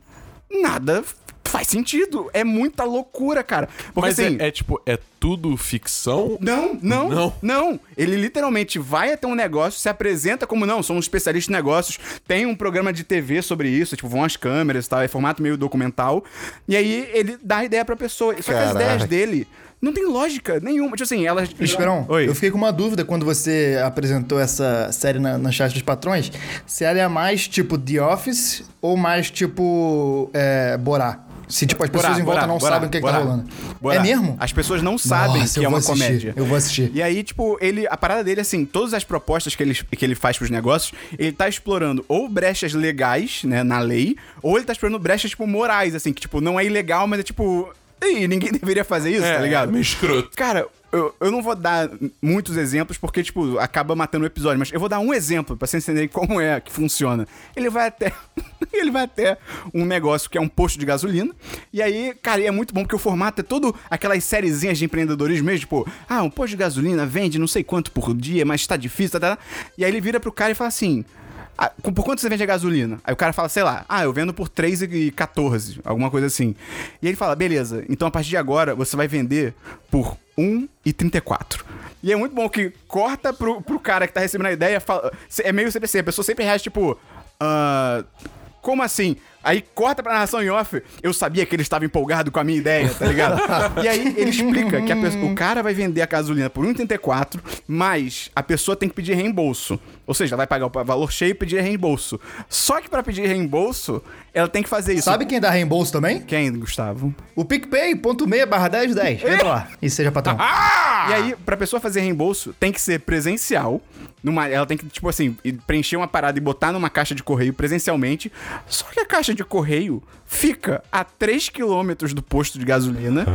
nada f- faz sentido. É muita loucura, cara. Porque
Mas é-
assim.
é, tipo, é tudo ficção?
Não, não,
Não.
não, Ele literalmente vai até um negócio, se apresenta como não, somos especialistas em negócios, tem um programa de TV sobre isso, tipo, vão as câmeras e tal, é formato meio documental. E aí ele dá a ideia pra pessoa. Só que as
Caraca.
ideias dele não tem lógica nenhuma. Tipo assim, elas.
Esperão,
Oi.
eu fiquei com uma dúvida quando você apresentou essa série na, na chat dos patrões. Se ela é mais tipo The Office ou mais tipo é, Borá? Se tipo as pessoas
Bora,
em volta
bora,
não
bora,
sabem o que, que tá
bora.
rolando.
Bora.
É mesmo?
As pessoas não sabem
Nossa,
que é
eu vou
uma
assistir,
comédia.
eu vou assistir.
E aí, tipo, ele, a parada dele, assim, todas as propostas que ele, que ele faz pros negócios, ele tá explorando ou brechas legais, né, na lei, ou ele tá explorando brechas, tipo, morais, assim, que, tipo, não é ilegal, mas é tipo. Ei, ninguém deveria fazer isso,
É,
tá ligado?
meio escroto.
Cara, eu, eu não vou dar muitos exemplos porque, tipo, acaba matando o episódio, mas eu vou dar um exemplo pra você entender como é que funciona. Ele vai até. ele vai até um negócio que é um posto de gasolina. E aí, cara, e é muito bom porque o formato é todo aquelas sériezinhas de empreendedorismo mesmo, tipo, ah, um posto de gasolina vende não sei quanto por dia, mas tá difícil, tá, tá, tá. E aí ele vira pro cara e fala assim. Ah, com- por quanto você vende a gasolina? Aí o cara fala, sei lá, ah, eu vendo por 3,14, alguma coisa assim. E ele fala, beleza, então a partir de agora você vai vender por 1,34. E é muito bom que corta pro, pro cara que tá recebendo a ideia, fala- é meio sempre assim, a pessoa sempre reage tipo, ah, como assim? Aí corta pra narração em off, eu sabia que ele estava empolgado com a minha ideia, tá ligado? e aí ele explica que a pessoa- o cara vai vender a gasolina por 1,34, mas a pessoa tem que pedir reembolso. Ou seja, ela vai pagar o valor cheio e pedir reembolso. Só que pra pedir reembolso, ela tem que fazer isso.
Sabe quem dá reembolso também?
Quem, Gustavo?
O picpay.me barra 1010. Entra lá e seja patrão.
Ah, E aí, pra pessoa fazer reembolso, tem que ser presencial. Numa, ela tem que, tipo assim, e- preencher uma parada e botar numa caixa de correio presencialmente. Só que a caixa de correio fica a 3 quilômetros do posto de gasolina.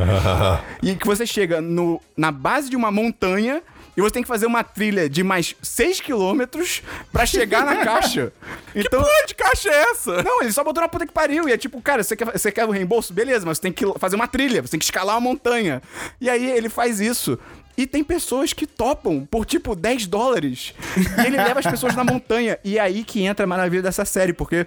e que você chega no, na base de uma montanha e você tem que fazer uma trilha de mais 6 quilômetros pra chegar na caixa. Então, que porra de caixa é essa? Não, ele só botou na puta que pariu. E é tipo, cara, você quer, você quer o reembolso? Beleza, mas você tem que fazer uma trilha, você tem que escalar uma montanha. E aí ele faz isso. E tem pessoas que topam por tipo 10 dólares. E ele leva as pessoas na montanha. E é aí que entra a maravilha dessa série, porque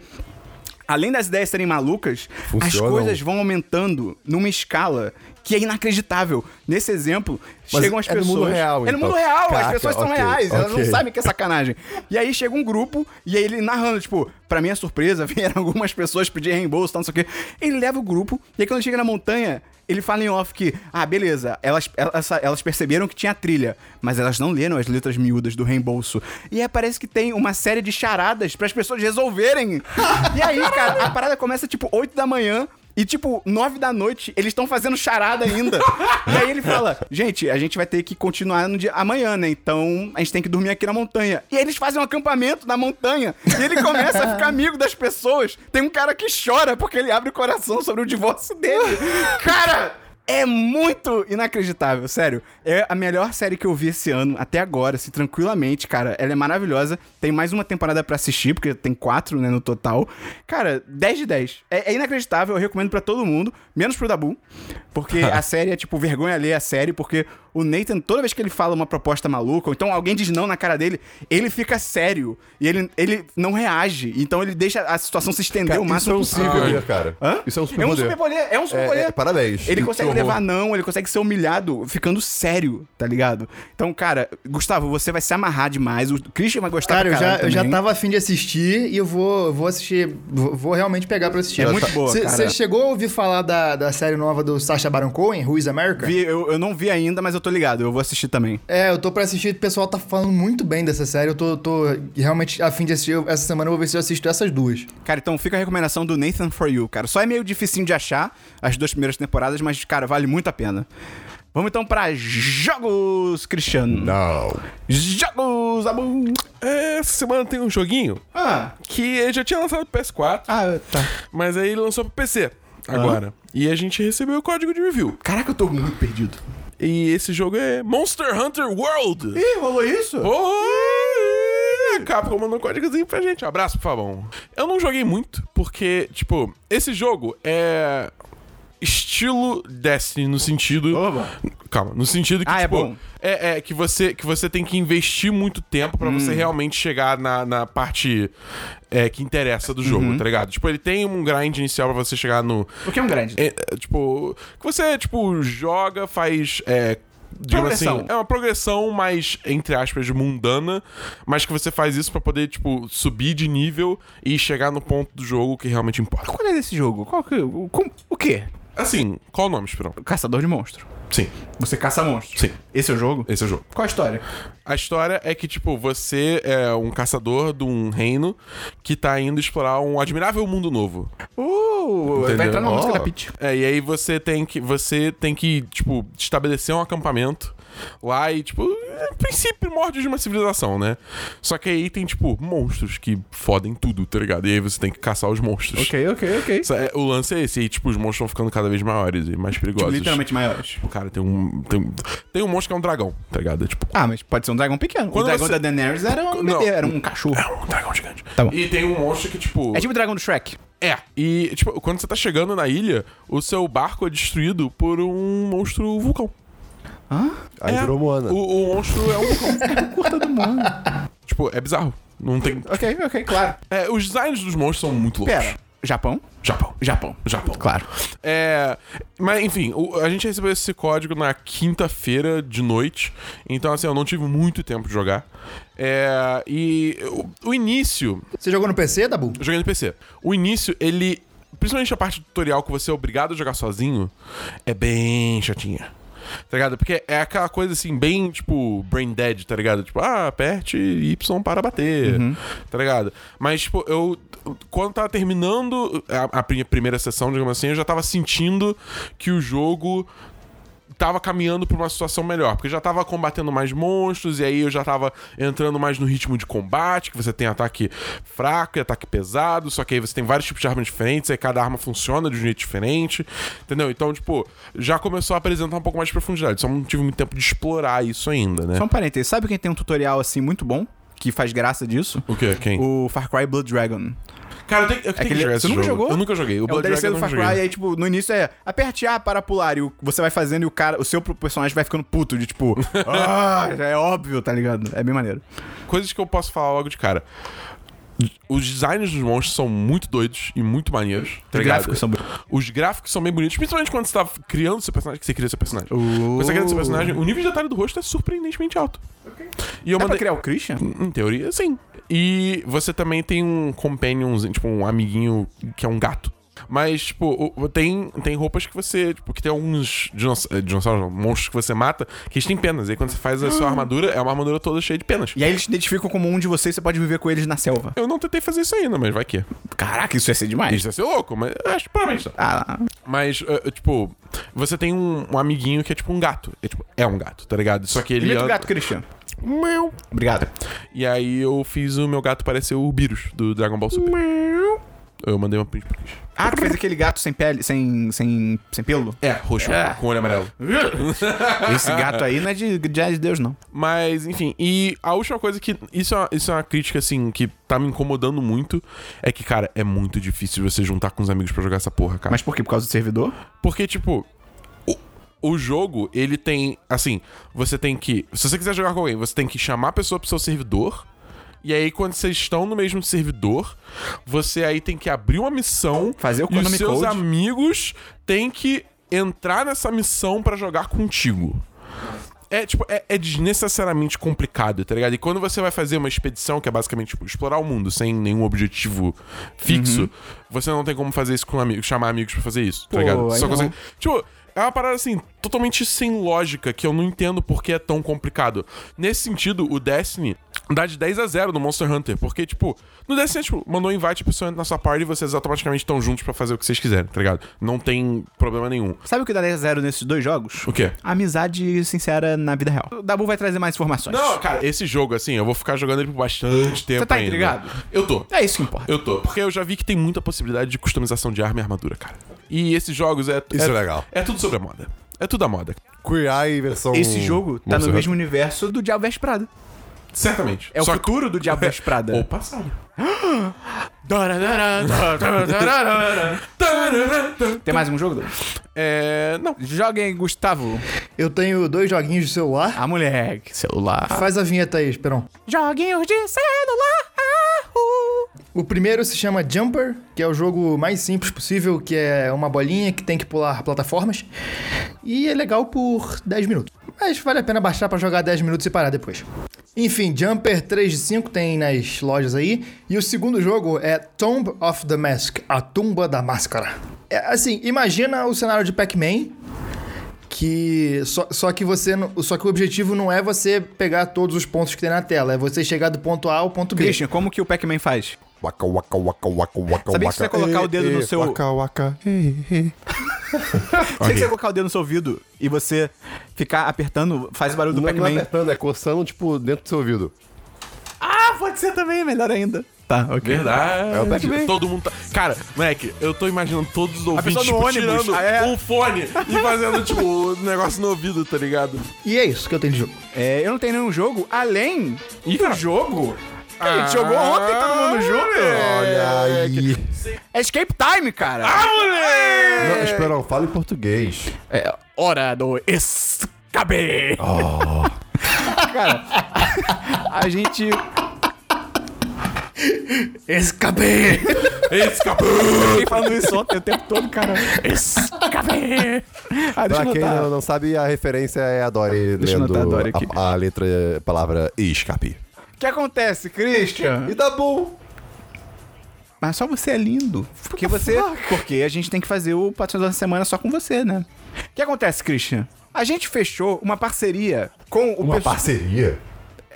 além das ideias serem malucas,
Funcionam.
as coisas vão aumentando numa escala que é inacreditável. Nesse exemplo,
Mas
chegam as
é no
pessoas.
mundo real,
É no
então.
mundo real, as
Caraca,
pessoas são
ok,
reais, elas não
ok.
sabem que é sacanagem. E aí chega um grupo, e aí ele narrando, tipo, pra minha surpresa, vieram algumas pessoas pedir reembolso, tal, não sei o quê. Ele leva o grupo, e aí quando chega na montanha, ele fala em off que, ah, beleza, elas, elas, elas perceberam que tinha trilha, mas elas não leram as letras miúdas do reembolso. E aí parece que tem uma série de charadas pras pessoas resolverem. e aí, cara, a parada começa tipo 8 da manhã, e, tipo, nove da noite, eles estão fazendo charada ainda. e aí ele fala: Gente, a gente vai ter que continuar no dia amanhã, né? Então a gente tem que dormir aqui na montanha. E aí eles fazem um acampamento na montanha. E ele começa a ficar amigo das pessoas. Tem um cara que chora porque ele abre o coração sobre o divórcio dele. Cara! é muito inacreditável, sério. É a melhor série que eu vi esse ano, até agora, assim, tranquilamente, cara. Ela é maravilhosa. Tem mais uma temporada pra assistir, porque tem quatro, né, no total. Cara, 10 de 10. É, é inacreditável, eu recomendo pra todo mundo, menos pro Dabu, porque a série é, tipo, vergonha ler a série, porque o Nathan, toda vez que ele fala uma proposta maluca, ou então alguém diz não na cara dele, ele fica sério. E ele, ele não reage. Então ele deixa a situação se estender
Cara,
o máximo
isso é um superpoder, cara.
Hã?
Isso é um
É um
superpoder.
superpoder, é um superpoder.
É, é, parabéns.
Ele
Que
consegue
horror.
levar não, ele consegue ser humilhado ficando sério, tá ligado? Então, cara, Gustavo, você vai se amarrar demais. O Christian vai gostar
Cara,
pra
eu já,
caralho
eu já
também.
tava afim de assistir e eu vou, eu vou assistir, vou, vou realmente pegar pra assistir.
É muito boa, cara.
Você chegou a ouvir falar da, da série nova do Sacha Baron Cohen, Who is America?
Vi- eu, eu não vi ainda, mas eu tô ligado, eu vou assistir também.
É, eu tô pra assistir, o pessoal tá falando muito bem dessa série, eu tô, tô realmente afim de assistir. Eu- Essa semana eu vou ver se eu assisto essas duas.
Cara, então fica a recomendação do Nathan For You, cara. Só é meio dificinho de achar as duas primeiras temporadas, mas, cara, vale muito a pena. Vamos então pra jogos, Cristiano.
Não.
Jogos, Abu!
É, Essa semana tem um joguinho
Ah,
que ele já tinha lançado pro PS4,
ah, tá.
mas aí ele lançou pro PC agora. E a gente recebeu o código de review.
Caraca, eu tô muito perdido.
E esse jogo é Monster Hunter World.
Ih, rolou isso?
Oh, a Capcom mandou um códigozinho pra gente. Abraço, por favor. Eu não joguei muito, porque, tipo, esse jogo é. Estilo Destiny, no sentido.
Oba.
Calma, no sentido que,
Ah, é
tipo,
bom.
é, é, que você que você tem que investir muito tempo pra
Hum.
você realmente chegar na, na parte é, que interessa do jogo,
Uhum.
tá ligado? Tipo, ele tem um grind inicial pra você chegar no.
O que é um grande?
É, é, tipo, que você, tipo, joga, faz. É, digamos
Progressão.
assim, é uma progressão mais, entre aspas, mundana, mas que você faz isso pra poder, tipo, subir de nível e chegar no ponto do jogo que realmente importa.
Qual é desse jogo? Qual que. O, com- o quê?
Assim, qual o nome, Esperão?
Caçador de monstro.
Sim,
Você caça monstros.
Sim.
Esse é o jogo?
esse é o jogo.
Qual a história?
A história é que, tipo, você é um caçador de um reino que tá indo explorar um admirável mundo novo.
Uh, vai
Entendeu?
entrar na música
Ó.
da Peach.
É, e aí você tem que. Você tem que, tipo, estabelecer um acampamento lá e, tipo, é o princípio primórdio de uma civilização, né? Só que aí tem, tipo, monstros que fodem tudo, tá ligado? E aí você tem que caçar os monstros.
ok, ok.
Isso é- O lance é esse, e tipo, os monstros vão ficando cada vez maiores e mais perigosos.
Tipo, Literalmente maiores.
Tipo, cara, tem um. Tem, um- tem um monstro que é um dragão, tá ligado? É, tipo,
Ah, mas pode ser um dragão pequeno.
Quando
o dragão
você-
da Daenerys era um
Não.
bebê, era um cachorro.
é um dragão gigante.
Tá bom.
E tem um monstro que, tipo.
É tipo o dragão do Shrek.
É. E, tipo, quando você tá chegando na ilha, o seu barco é destruído por um monstro vulcão.
Aí
É.
virou Moana.
O, o monstro é um vulcão.
Curta do mundo.
tipo, é bizarro. Não tem.
ok, ok, claro.
É, os designs dos monstros são muito loucos.
Pera. Japão?
Japão.
Japão.
Japão.
Claro.
É, mas enfim, o- a gente recebeu esse código na quinta-feira de noite. Então, assim, eu não tive muito tempo de jogar. É, e o- o início
Você jogou no PC, Dabu?
Eu joguei no PC. O início, ele. Principalmente a parte do tutorial que você é obrigado a jogar sozinho, é bem chatinha. Tá ligado? Porque é aquela coisa assim, bem tipo, brain dead, tá ligado? Tipo, ah, aperte Y para bater, tá ligado? Mas, tipo, eu. Quando tava terminando a, a pri- primeira sessão, digamos assim, eu já tava sentindo que o jogo tava caminhando pra uma situação melhor, porque eu já tava combatendo mais monstros, e aí eu já tava entrando mais no ritmo de combate, que você tem ataque fraco e ataque pesado, só que aí você tem vários tipos de armas diferentes, aí cada arma funciona de um jeito diferente, entendeu? Então, tipo, já começou a apresentar um pouco mais de profundidade, só não tive muito tempo de explorar isso ainda, né?
Só um parênteses. Sabe quem tem um tutorial assim muito bom? Que faz graça disso?
O quê? Quem?
O Far Cry Blood Dragon.
Cara, eu tenho, eu tenho
Aquele-
que jogar
você
esse
nunca
jogo.
jogou?
Eu nunca joguei. O
é o
Blood
DLC
Dragon
do
eu
Far
não
Cry,
joguei.
aí, tipo, no início é aperte A para pular, e o- você vai fazendo e o cara, o seu personagem vai ficando puto, de tipo, ah, já é óbvio, tá ligado? É bem maneiro.
coisas que eu posso falar logo de cara. Os designs dos monstros são muito doidos e muito maneiros.
Os
Tá ligado?
gráficos são bonitos.
Os gráficos são bem bonitos, principalmente quando você tá criando seu personagem, que você cria seu personagem.
Uh.
Quando você cria seu personagem, o nível de detalhe do rosto é surpreendentemente alto. E eu
Dá É pra
mandei...
criar o Christian?
Em teoria, sim. E você também tem um companionzinho, tipo, um amiguinho que é um gato. Mas, tipo, o- o- tem, tem roupas que você. Tipo, que tem alguns dinoss- eh, dinossauros, não, monstros que você mata, que eles têm penas. E aí, quando você faz a sua armadura, é uma armadura toda cheia de penas.
E aí eles te identificam como um de vocês, você pode viver com eles na selva.
Eu não tentei fazer isso ainda, mas vai que.
Caraca, isso ia ser demais.
Isso ia ser louco, mas acho que provavelmente não.
Ah,
Mas, eh, eh, tipo, você tem um, um amiguinho que é tipo um gato. É, tipo, é um gato, tá ligado? Só que ele.
imita o
anda-
gato, Christian.
Miau.
Obrigado.
E aí eu fiz o meu gato parecer o Beerus, do Dragon Ball Super. Eu mandei uma print pro Christian.
Ah, tu fez aquele gato sem pele, sem, sem, sem pelo?
É, roxo, com olho amarelo.
Esse gato aí não é de, de de Deus, não.
Mas, enfim, e a última coisa que. Isso é, uma, isso é uma crítica, assim, que tá me incomodando muito. É que, cara, é muito difícil você juntar com os amigos pra jogar essa porra, cara.
Mas por quê? Por causa do servidor?
Porque, tipo. o- O jogo, ele tem. Assim, você tem que. Se você quiser jogar com alguém, você tem que chamar a pessoa pro seu servidor. E aí, quando vocês estão no mesmo servidor, você aí tem que abrir uma missão.
Fazer o
e os
Konami
seus
Code.
amigos têm que entrar nessa missão pra jogar contigo. É, tipo, é, é desnecessariamente complicado, tá ligado? E quando você vai fazer uma expedição, que é basicamente tipo, explorar o mundo sem nenhum objetivo fixo, você não tem como fazer isso com amigos, chamar amigos pra fazer isso,
Uhum. Pô,
tá ligado?
aí
Você só
não.
consegue- Tipo, é uma parada assim, totalmente sem lógica, que eu não entendo porque é tão complicado. Nesse sentido, o Destiny dá de 10 a 0 no Monster Hunter, porque, tipo, no Destiny, tipo, mandou um invite, a pessoa entra na sua party e vocês automaticamente estão juntos pra fazer o que vocês quiserem, tá ligado? Não tem problema nenhum.
Sabe o que dá 10 a 0 nesses dois jogos?
O quê?
Amizade sincera na vida real. O Dabu vai trazer mais informações.
Não, cara, esse jogo, assim, eu vou ficar jogando ele por bastante tempo.
tá
ainda.
intrigado?
Eu tô.
É isso que importa.
Eu tô. Porque eu já vi que tem muita possibilidade de customização de arma e armadura, cara. E esses jogos é.
Isso é legal.
É tudo sobre a moda. É tudo a moda.
Queer Eye versão...
Esse jogo tá no
Monster
mesmo universo do Diabo Veste Prada.
Certamente.
É o
Só que-
futuro do Diabo Veste Prada.
Ou passado.
Tem mais um jogo? Dabu?
É. Não.
Joguem, Gustavo.
Eu tenho dois joguinhos de celular.
Ah, moleque. Celular.
Faz a vinheta aí, Esperão.
Joguinhos de celular. ah, uh.
O primeiro se chama Jumper, que é o jogo mais simples possível, que é uma bolinha que tem que pular plataformas. E é legal por 10 minutos. Mas vale a pena baixar pra jogar 10 minutos e parar depois. Enfim, Jumper 3 de 5 tem nas lojas aí. E o segundo jogo é Tomb of the Mask, a tumba da máscara. É, assim, imagina o cenário de Pac-Man, que só, só que você não- só que o objetivo não é você pegar todos os pontos que tem na tela, é você chegar do ponto A ao ponto B.
Christian, como que o Pac-Man faz?
Waka, waka, waka, waka, waka,
Sabia que se você colocar o dedo no seu-
Waka, waka.
Se você colocar o dedo no seu ouvido e você ficar apertando, faz o barulho do
Não, não é
Pac-Man.
apertando, é coçando, tipo, dentro do seu ouvido.
Ah, pode ser também, melhor ainda. Tá, ok.
Verdade.
É o Pac-Man.
Todo mundo tá. Cara, moleque, eu tô imaginando todos os ouvintes
pessoa no
tipo,
ônibus,
tirando
ah, é.
o fone e fazendo, tipo, o negócio no ouvido, tá ligado?
E é isso que eu tenho de jogo.
É, eu não tenho nenhum jogo além
Ih,
do
cara.
jogo. Ah, que A gente jogou ontem todo mundo junto.
Olha aí.
É Escape Time, cara. Ah, moleque!
Não, Esperão, fala em português.
É hora do escape. Oh. cara, a gente...
Escapei!
Escapou!
Fiquei falando isso ontem o tempo todo, cara. Escape. Ah, deixa
Pra
eu
quem
anotar.
não, não sabe, a referência é a Dory
Deixa eu
lendo
anotar a Dory aqui.
a, a letra, a palavra escape.
O que acontece, Christian?
E dá bom.
Mas só você é lindo. Porque você. Porque a gente tem que fazer o Patrocinador da Semana só com você, né? O que acontece, Christian? A gente fechou uma parceria com o
Uma
pessoal.
parceria.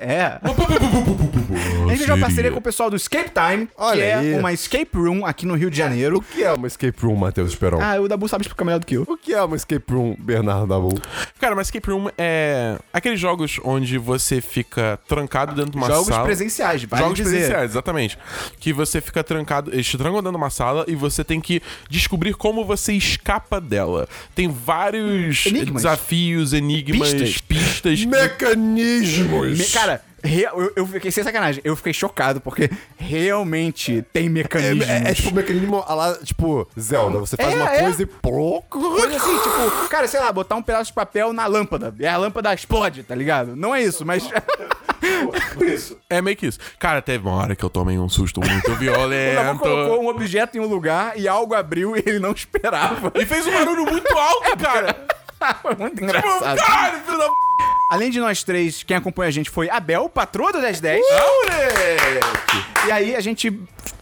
É. A gente fechou uma parceria com o pessoal do Escape Time, que
Olha
é
aí.
uma escape room aqui no Rio de Janeiro.
O que é uma escape room, Matheus Esperão?
Ah, o Dabu sabe explicar melhor do que eu.
O que é uma escape room, Bernardo Dabu?
Cara, mas Escape Room é aqueles jogos onde você fica trancado dentro de uma
Jogos
sala.
presenciais, vale
Jogos
dizer.
presenciais, exatamente. Que você fica trancado, eles te trancam dentro de uma sala e você tem que descobrir como você escapa dela. Tem vários
Enigmas.
desafios, enigmas,
Pistas.
pistas.
Mecanismos!
Me- cara, re- eu, eu fiquei sem sacanagem. Eu fiquei chocado, porque realmente tem
É,
mecanismos.
é- é tipo mecanismo a lá, tipo, Zelda. Você faz
É,
uma
é.
coisa e pô.
Coisa assim, tipo, cara, sei lá, botar um pedaço de papel na lâmpada. E a lâmpada explode, tá ligado? Não é isso, mas.
É meio que isso. Cara, teve uma hora que eu tomei um susto muito
É,
O Dabu colocou
violento.
um objeto em um lugar e algo abriu e ele não esperava.
e fez um barulho muito alto, cara.
Foi muito
Tipo,
É engraçado.
Caralho, filho da p.
Além de nós três, quem acompanha a gente foi a Bel, patroa do 1010. E aí a gente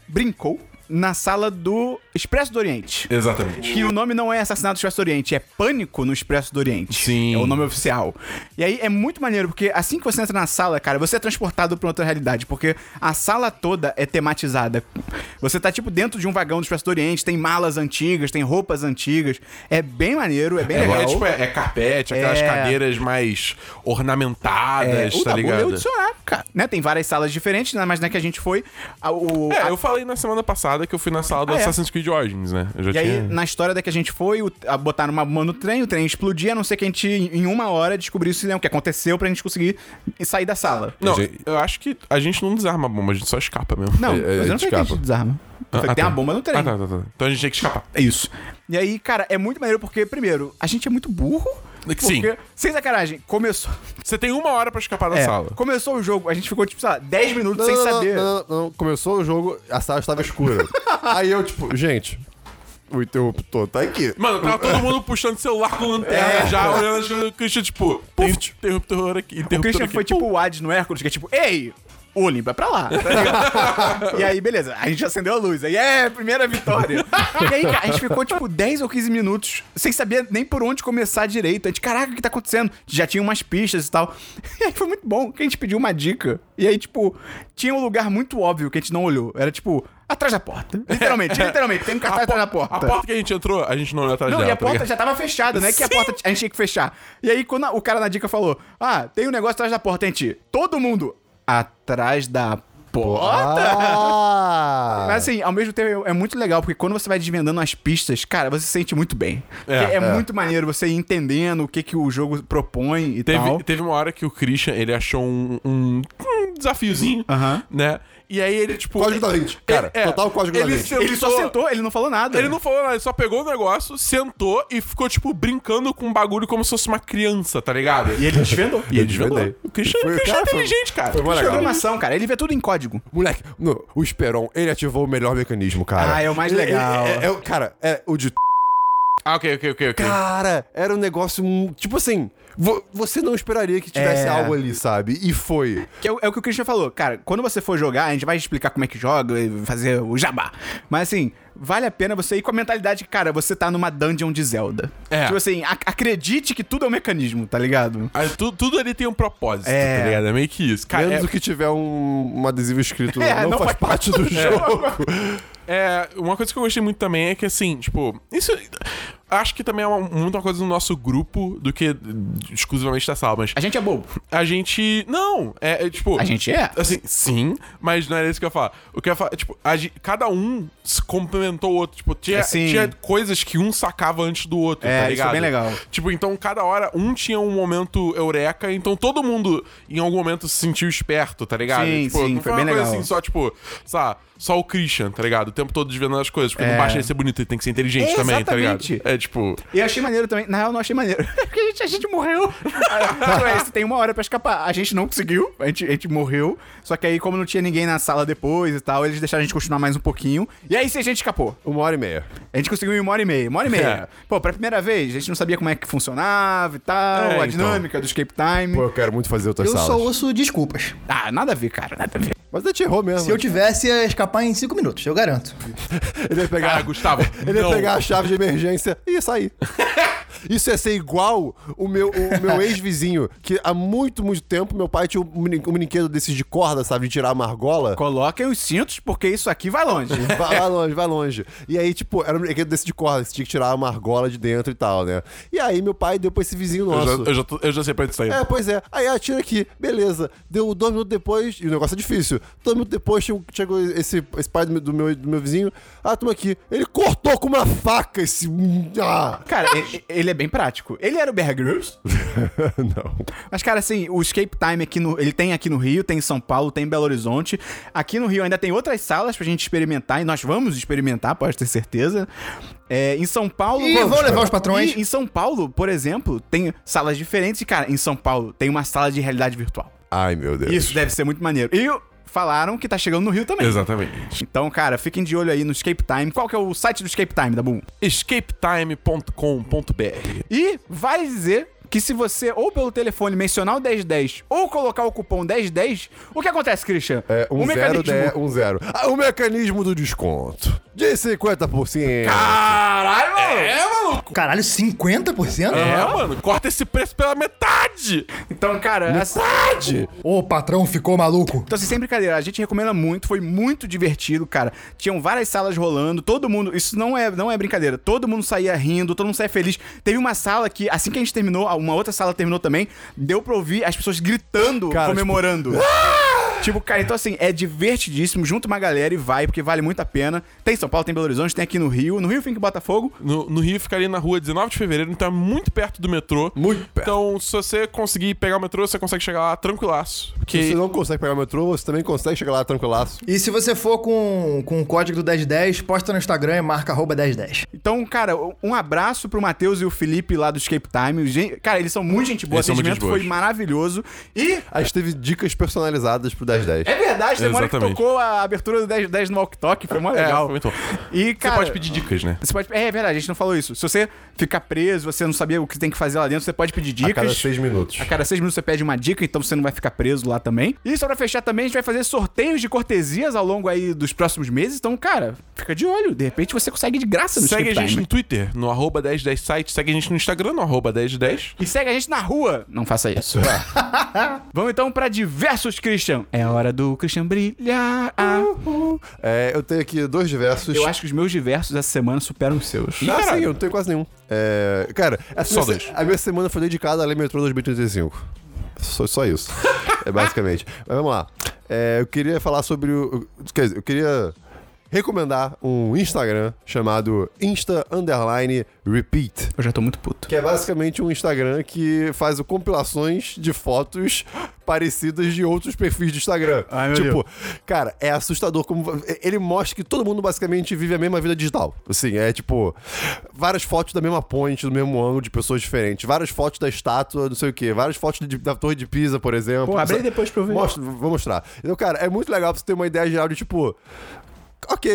brincou na sala do Expresso do Oriente.
Exatamente.
Que o nome não é Assassinato do Expresso do Oriente, é Pânico no Expresso do Oriente.
Sim.
É o nome oficial. E aí é muito maneiro, porque assim que você entra na sala, cara, você é transportado pra outra realidade, porque a sala toda é tematizada. Você tá, tipo, dentro de um vagão do Expresso do Oriente, tem malas antigas, tem roupas antigas. É bem maneiro, é bem
É,
legal.
é, tipo, é, é carpete, aquelas
É. então,
cadeiras mais ornamentadas,
o
tá
Dabu leu É, o
ligado?
dicionário. Ca- né, tem várias salas diferentes, né, mas na que a gente foi, a- o,
É,
a-
eu falei na semana passada que eu fui na sala do
Ah, é.
Assassin's Creed Origins, né? Eu já
E aí,
tinha...
na história da que a gente foi, o, a, botaram uma mão no trem, o trem explodia, a não ser que a gente, em uma hora, descobrisse né, o que aconteceu pra gente conseguir sair da sala.
Não,
A gente-
eu acho que a gente não desarma a bomba, a gente só escapa mesmo.
Não,
É, é,
mas eu não sei que a gente
escapa.
desarma.
Ah,
Só que
ah,
tem
tá.
uma bomba no trem.
Ah, tá, tá, tá. Então a gente tem que escapar.
É isso. E aí, cara, é muito maneiro porque, primeiro, a gente é muito burro.
Que sim.
Porque, sem sacanagem, começou.
Você tem uma hora pra escapar da
é,
sala.
Começou o jogo, a gente ficou, tipo, sei lá, 10 minutos
Não,
sem
não, não,
saber.
Não, não, não. Começou o jogo, a sala estava escura. Aí eu, tipo, gente, o interruptor tá aqui.
Mano, tava todo mundo puxando celular com
É.
lanterna já, olhando as coisas. O Christian, tipo, tem interruptor aqui, interruptor
O Christian
aqui.
foi tipo o Hades no Hércules, que é tipo, ei, Olim, vai pra lá. tá ligado? e aí, beleza, a gente acendeu a luz. Aí, é, primeira vitória. e aí, cara, a gente ficou tipo 10 ou 15 minutos sem saber nem por onde começar direito. A gente, caraca, o que tá acontecendo? Já tinha umas pistas e tal. E aí foi muito bom, que a gente pediu uma dica. E aí, tipo, tinha um lugar muito óbvio que a gente não olhou. Era tipo, atrás da porta. Literalmente, literalmente, tem um cartaz atrás da porta.
A porta que a gente entrou, a gente não olhou atrás
Não,
dela.
e a
tá
porta
ligado?
já tava fechada, né? Que a
Sim.
porta a gente tinha que fechar. E aí, quando a- o cara na dica falou: Ah, tem um negócio atrás da porta, a gente. Todo mundo atrás da
tá.
porta?
Ah!
Mas assim, ao mesmo tempo é muito legal, porque quando você vai desvendando as pistas, cara, você se sente muito bem.
É,
É, é muito maneiro você ir entendendo o que, que o jogo propõe e tal.
Teve, teve uma hora que o Christian, ele achou um, um, um desafiozinho,
Aham.
né? E aí ele, tipo...
Código da lente, cara.
Ele- é,
total código da
ele
lente.
sentou-
Ele só sentou, ele não falou nada.
um- Ele não falou nada, ele só pegou o negócio, sentou e ficou, tipo, brincando com o bagulho como se fosse uma criança, tá ligado?
E ele desvendou.
E ele desvendou.
desvendei.
O Christian,
Foi-
o Christian
cara,
é
foi-
inteligente, cara.
foi mó legal.
Programação, né, cara, ele vê tudo em código.
Moleque, no, o Esperon, ele ativou o melhor mecanismo, cara.
Ah, é o mais
Ele-
legal.
ele- é- é o- cara, é o de.
Ah, ok, ok, ok, ok.
Cara, era um negócio. hum, Tipo assim, vo- você não esperaria que tivesse
É.
algo ali, sabe? E foi.
Que é, o, é o que o Christian falou, cara, quando você for jogar, a gente vai explicar como é que joga e fazer o jabá. Mas assim, vale a pena você ir com a mentalidade que, cara, você tá numa dungeon de Zelda.
É.
Tipo assim, ac- acredite que tudo é um mecanismo, tá ligado?
Aí Ah, tu- tudo ali tem um propósito,
É.
tá ligado? É meio que isso. Cara,
Menos
é-
o que tiver um, um adesivo escrito
É,
não,
não
faz
faz
parte do jogo.
É, uma coisa que eu gostei muito também é que, assim, tipo, isso. Acho que também é uma, muito uma coisa do nosso grupo do que exclusivamente da sala, mas
A gente é bobo.
a gente. Não, é, é, tipo.
A gente é.
Assim, sim, mas não era isso que eu ia falar. O que eu ia falar, é, tipo, a gen- cada um se complementou o outro. Tipo, tinha,
Assim.
tinha coisas que um sacava antes do outro,
É,
tá
isso é
ligado?
bem legal.
Tipo, então cada hora um tinha um momento eureka, então todo mundo em algum momento se sentiu esperto, tá ligado?
Sim,
tipo,
sim,
não
foi
uma
bem
coisa
legal.
assim, só tipo, sei lá, só o Christian, tá ligado? O tempo todo desvendando as coisas, porque não
É.
basta ele ser bonito, ele tem que ser inteligente também, tá ligado?
Exatamente.
É tipo,
E eu achei maneiro também. Na real, eu não achei maneiro. Porque a gente, a gente morreu. Tipo, é, Você tem uma hora pra escapar. A gente não conseguiu. A gente, a gente morreu. Só que aí, como não tinha ninguém na sala depois e tal, eles deixaram a gente continuar mais um pouquinho. E aí, se a gente escapou.
Uma hora e meia.
A gente conseguiu em uma hora e meia. Uma hora e meia. Pô, pra primeira vez, a gente não sabia como é que funcionava e tal,
É,
a
então.
dinâmica do escape time.
Pô, eu quero muito fazer outras
Eu
salas.
só ouço desculpas.
Ah, nada a ver, cara, nada a ver.
Mas a gente errou mesmo.
Se eu tivesse, ia escapar em cinco minutos, eu garanto.
Ele ia pegar,
Cara, Gustavo,
ele ia
não.
pegar a chave de emergência e ia sair. Isso ia ser igual o meu, o meu ex-vizinho, que há muito, muito tempo meu pai tinha um, mini- um brinquedo desses de corda, sabe? De tirar a margola.
Coloquem os cintos, porque isso aqui vai longe.
Vai, vai longe, vai longe. E aí, tipo, era um brinquedo desse de corda, que você tinha que tirar a margola de dentro e tal, né? E aí meu pai deu pra esse vizinho
eu
nosso.
já, eu, já, tô- eu já sei pra onde tá sair.
É, pois é. Aí atira aqui, beleza. Deu dois minutos depois, e o negócio é difícil. Dois minutos depois chegou- chegou um, esse, esse pai do meu, do meu- do meu vizinho. Ah, toma aqui. Ele cortou com uma faca esse. Ah!
Cara, ele, ele é bem prático. Ele era o Bear Grylls.
Não.
Mas, cara, assim, o escape time aqui no. Ele tem aqui no Rio, tem em São Paulo, tem em Belo Horizonte. Aqui no Rio ainda tem outras salas pra gente experimentar, e nós vamos experimentar, pode ter certeza. É, em São Paulo.
Ih, vão levar os patrões.
E em São Paulo, por exemplo, tem salas diferentes. E, cara, em São Paulo tem uma sala de realidade virtual.
Ai, meu Deus.
Isso né? deve ser muito maneiro. E falaram que tá chegando no Rio também.
Exatamente.
Então, cara, fiquem de olho aí no Escape Time. Qual que é o site do Escape Time, Dabu?
escapetime.com.br
E vale dizer que se você ou pelo telefone mencionar o 1010 ou colocar o cupom 1010, o que acontece, Christian?
É, um
O
zero,
mecanismo-
dez, um zero. Ah, o mecanismo do desconto. De 50%.
Caralho, mano! É, maluco!
Caralho, 50%?
É, mano, corta esse preço pela metade!
Então, cara, assim,
Ô, patrão ficou maluco.
então, assim, sem brincadeira, a gente recomenda muito, foi muito divertido, cara. Tinham várias salas rolando, todo mundo, isso não é, não é brincadeira, todo mundo saía rindo, todo mundo saía feliz. Teve uma sala que, assim que a gente terminou, uma outra sala terminou também, deu pra ouvir as pessoas gritando,
Cara,
comemorando. Tipo, cara, então assim, é divertidíssimo. Junta uma galera e vai, porque vale muito a pena. Tem em São Paulo, tem em Belo Horizonte, tem aqui no Rio. No Rio fica em Botafogo.
No, no Rio fica ali na rua 19 de fevereiro, então é muito perto do metrô.
Muito perto.
Então, se você conseguir pegar o metrô, você consegue chegar lá tranquilaço.
Se
Porque
você não consegue pegar o metrô, você também consegue chegar lá tranquilaço.
E se você for com, com o código do 1010, posta no Instagram e marca arroba 1010.
Então, cara, um abraço pro Matheus e o Felipe lá do Escape Time. Gen- Cara, eles são muito gente boa. O
Eles são muito
atendimento
gente boas.
foi maravilhoso. E
A gente teve dicas personalizadas pro 1010.
é verdade, demora que
Exatamente.
tocou a abertura do 10, 10 no Walk Talk. Foi mó
é,
legal.
foi muito bom.
E,
Você
cara,
pode pedir dicas, né?
Você pode- É, é verdade, a gente não falou isso. Se você ficar preso, você não sabia o que tem que fazer lá dentro, você pode pedir dicas.
A cada seis minutos.
A cada seis minutos você pede uma dica, então você não vai ficar preso lá também. E só pra fechar também, a gente vai fazer sorteios de cortesias ao longo aí dos próximos meses. Então, cara, fica de olho. De repente você consegue de graça no
Segue a
Escape
gente
Time.
no Twitter, no arroba 1010 site. Segue a gente no Instagram, no arroba 1010.
E segue a gente na rua. Não faça isso. Vamos então pra diversos, Christian. É hora do Christian brilhar. Ah,
É, eu tenho aqui dois diversos.
eu acho que os meus diversos essa semana superam os seus.
Não,
Caralho.
sim, eu não tenho quase nenhum. É, cara, essa
Só
minha,
dois.
a minha semana foi dedicada a Lei Metrô 2035. Só, só isso. é basicamente. Mas vamos lá. É, eu queria falar sobre o. Quer dizer, eu queria recomendar um Instagram chamado Insta Underline Repeat.
Eu já tô muito puto.
Que é basicamente um Instagram que faz compilações de fotos parecidas de outros perfis de Instagram.
Ai, meu
tipo, cara, é assustador como. Ele mostra que todo mundo basicamente vive a mesma vida digital. Assim, é tipo. Várias fotos da mesma ponte, do mesmo ângulo, de pessoas diferentes. Várias fotos da estátua, não sei o quê. Várias fotos de- da Torre de Pisa, por exemplo.
Pô, abre aí depois pra eu ver.
Mostra, vou mostrar. Então, cara, é muito legal pra você ter uma ideia geral de tipo. Ok,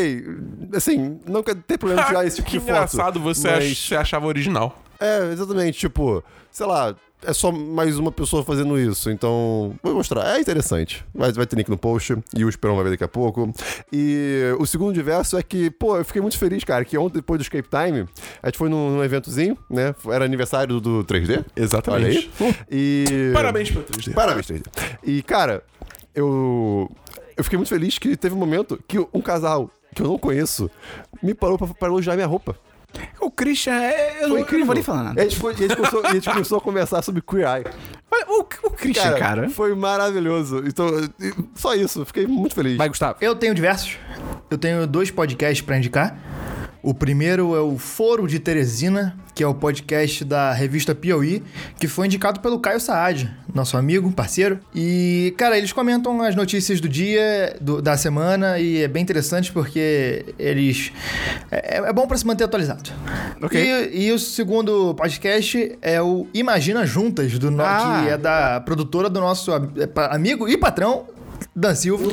assim, nunca tem problema de tirar esse tipo
Ah, que
de foto.
engraçado você
mas-
ach- você achava original.
é, exatamente, tipo, sei lá, é só mais uma pessoa fazendo isso, então vou mostrar, é interessante. Mas vai ter link no post e o Esperão vai ver daqui a pouco. E o segundo diverso é que, pô, eu fiquei muito feliz, cara, que ontem depois do Escape Time, a gente foi num, num eventozinho, né? Era aniversário do 3D. Olha aí. E
Parabéns pra 3D.
Parabéns, 3D. E, cara, eu. Eu fiquei muito feliz que teve um momento que um casal que eu não conheço me parou pra, pra elogiar minha roupa.
O Christian, é- eu, não, eu não vou nem falar nada.
A gente, foi- a gente começou, a gente começou a conversar sobre Queer Eye.
Olha, o, o Christian, cara.
Foi maravilhoso. Então, e- só isso. Fiquei muito feliz.
Vai, Gustavo.
Eu tenho diversos. Eu tenho dois podcasts pra indicar. O primeiro é o Foro de Teresina, que é o podcast da revista Piauí, que foi indicado pelo Caio Saad, nosso amigo, parceiro. E, cara, eles comentam as notícias do dia, do- da semana, e é bem interessante porque eles. É, é bom pra se manter atualizado.
Ok.
E, e o segundo podcast é o Imagina Juntas, do no-
Ah.
que é da produtora do nosso am- é, pa- amigo e patrão, Dan Silva.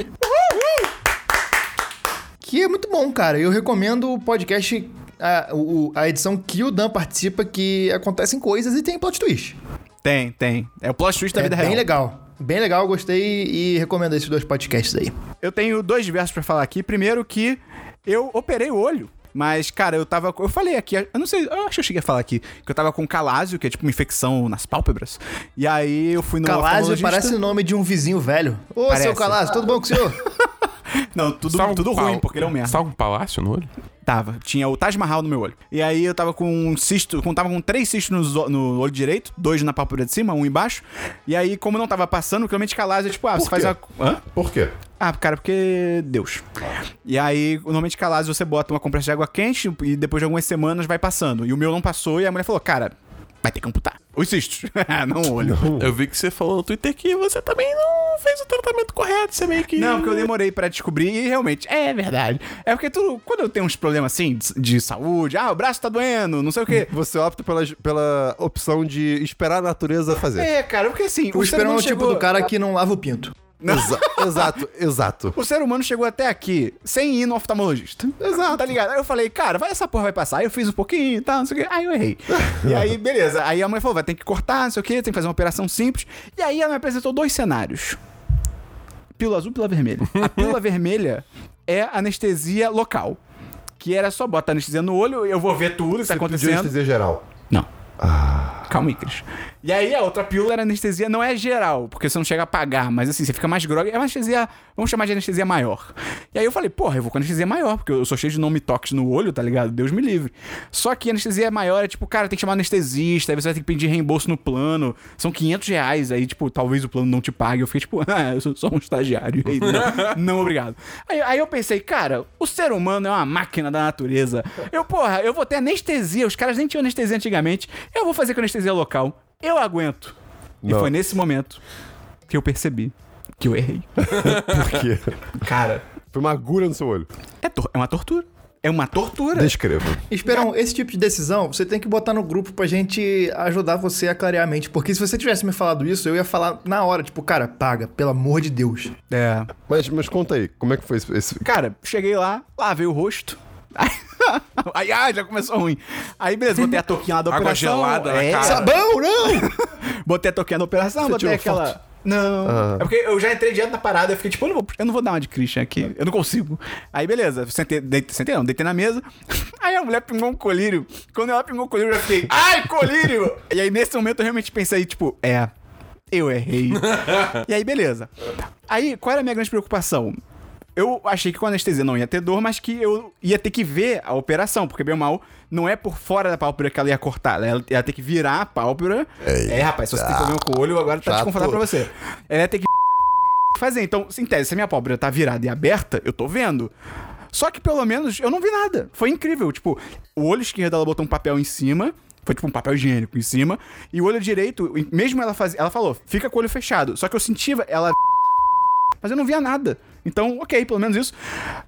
Que é muito bom, cara. Eu recomendo o podcast, a, o- a edição que o Dan participa, que acontecem coisas e tem plot twist.
Tem, tem. É o plot twist da
É
vida
bem
real.
legal. Bem legal, gostei e recomendo esses dois podcasts aí.
Eu tenho dois diversos pra falar aqui. Primeiro que eu operei o olho. Mas, cara, eu tava. Eu falei aqui, eu não sei, eu acho que eu cheguei a falar aqui, que eu tava com calásio, que é tipo uma infecção nas pálpebras. E aí eu fui no.
Calásio
oftalmologista.
parece o nome de um vizinho velho. Ô,
Parece.
seu Calásio, tudo bom com o senhor?
Não, tudo,
Salve
tudo
um pau-
ruim, porque ele é um merda.
Salve um palácio no olho?
Tava. Tinha o Taj Mahal no meu olho. E aí eu tava com um cisto. com- Tava com três cistos nos o- no, olho direito, dois na pálpebra de cima, um embaixo. E aí, como não tava passando, realmente calásio é tipo, ah, você faz
quê?
a. Hã?
Por quê?
Ah, cara, porque Deus. E aí, normalmente calado você bota uma compressa de água quente e depois de algumas semanas vai passando. E o meu não passou e a mulher falou, cara, vai ter que amputar. Os cistos. não o olho.
Eu vi que você falou no Twitter que você também não fez o tratamento correto, você meio que.
Não, porque eu demorei pra descobrir e realmente, é verdade. É porque tudo, quando eu tenho uns problemas assim, de, de saúde, ah, o braço tá doendo, não sei o quê.
Você opta pela, pela opção de esperar a natureza fazer.
É, cara, porque assim,
O
ser
Esperão é o
humano
tipo
chegou-
do cara que não lava o pinto.
Exa- exato, exato.
O ser humano chegou até aqui sem ir no oftalmologista. Exato. Tá ligado? Aí eu falei, cara, vai essa porra vai passar. Aí eu fiz um pouquinho e tal, não sei o quê. Aí eu errei. e aí, beleza. Aí a mãe falou, vai ter que cortar, não sei o quê, tem que fazer uma operação simples. E aí ela me apresentou dois cenários. Pílula azul e pílula vermelha. A pílula vermelha é anestesia local. Que era só botar anestesia no olho, eu vou ver tudo que tá
De
acontecendo.
anestesia geral.
Não. Calma aí, Cris. E aí a outra pílula era anestesia, não é geral, porque você não chega a pagar, mas assim, você fica mais grogue. É uma anestesia, vamos chamar de anestesia maior. E aí eu falei, porra, eu vou com anestesia maior, porque eu sou cheio de nome toques no olho, tá ligado? Deus me livre. Só que anestesia maior é tipo, cara, tem que chamar anestesista, aí você vai ter que pedir reembolso no plano, são 500 reais, aí tipo, talvez o plano não te pague. Eu fiquei tipo, ah, eu sou só um estagiário. E aí, não, não, obrigado. Aí, aí eu pensei, cara, o ser humano é uma máquina da natureza. Eu, porra, eu vou ter anestesia, os caras nem tinham anestesia antigamente, eu vou fazer com anestesia local. Eu aguento. E
Não.
foi nesse momento que eu percebi que eu errei.
Por quê?
Cara,
Foi uma agulha no seu olho.
é, tor- é uma tortura. É uma tortura.
Descreva.
Esperão, esse tipo de decisão você tem que botar no grupo pra gente ajudar você a clarear a mente. Porque se você tivesse me falado isso, eu ia falar na hora, tipo, cara, paga, pelo amor de Deus.
É.
Mas, mas conta aí, como é que foi esse. esse-
Cara, cheguei lá, lavei o rosto. Aí, ah, já começou ruim. Aí, beleza, botei a touquinha lá da
Água
operação. É,
gelada na cara.
Sabão, não!
Botei a touquinha na operação, botei
tirou
aquela.
foto?
Não.
Ah.
É porque eu já entrei direto na parada, eu fiquei tipo, eu não vou, eu não vou dar uma de Christian aqui, eu não consigo. Aí, beleza, sentei, deitei, sentei não, deitei na mesa. Aí a mulher pingou um colírio. Quando ela pingou o colírio, eu já fiquei, ai, colírio! E aí, nesse momento, eu realmente pensei, tipo, é, eu errei. e aí, beleza. Aí, qual era a minha grande preocupação? Eu achei que com anestesia não ia ter dor, mas que eu ia ter que ver a operação, porque bem ou mal, não é por fora da pálpebra que ela ia cortar, né? ela ia ter que virar a pálpebra. é, rapaz, se você tem problema com o olho, agora tá
Chato.
desconfortável pra você. Ela ia ter que fazer. Então, se em tese, se a minha pálpebra tá virada e aberta, eu tô vendo. Só que pelo menos eu não vi nada. Foi incrível. Tipo, o olho esquerdo ela botou um papel em cima. Foi tipo um papel higiênico em cima. E o olho direito, mesmo ela fazia. Ela falou, fica com o olho fechado. Só que eu sentia ela. é Mas eu não via nada. Então, ok, pelo menos isso.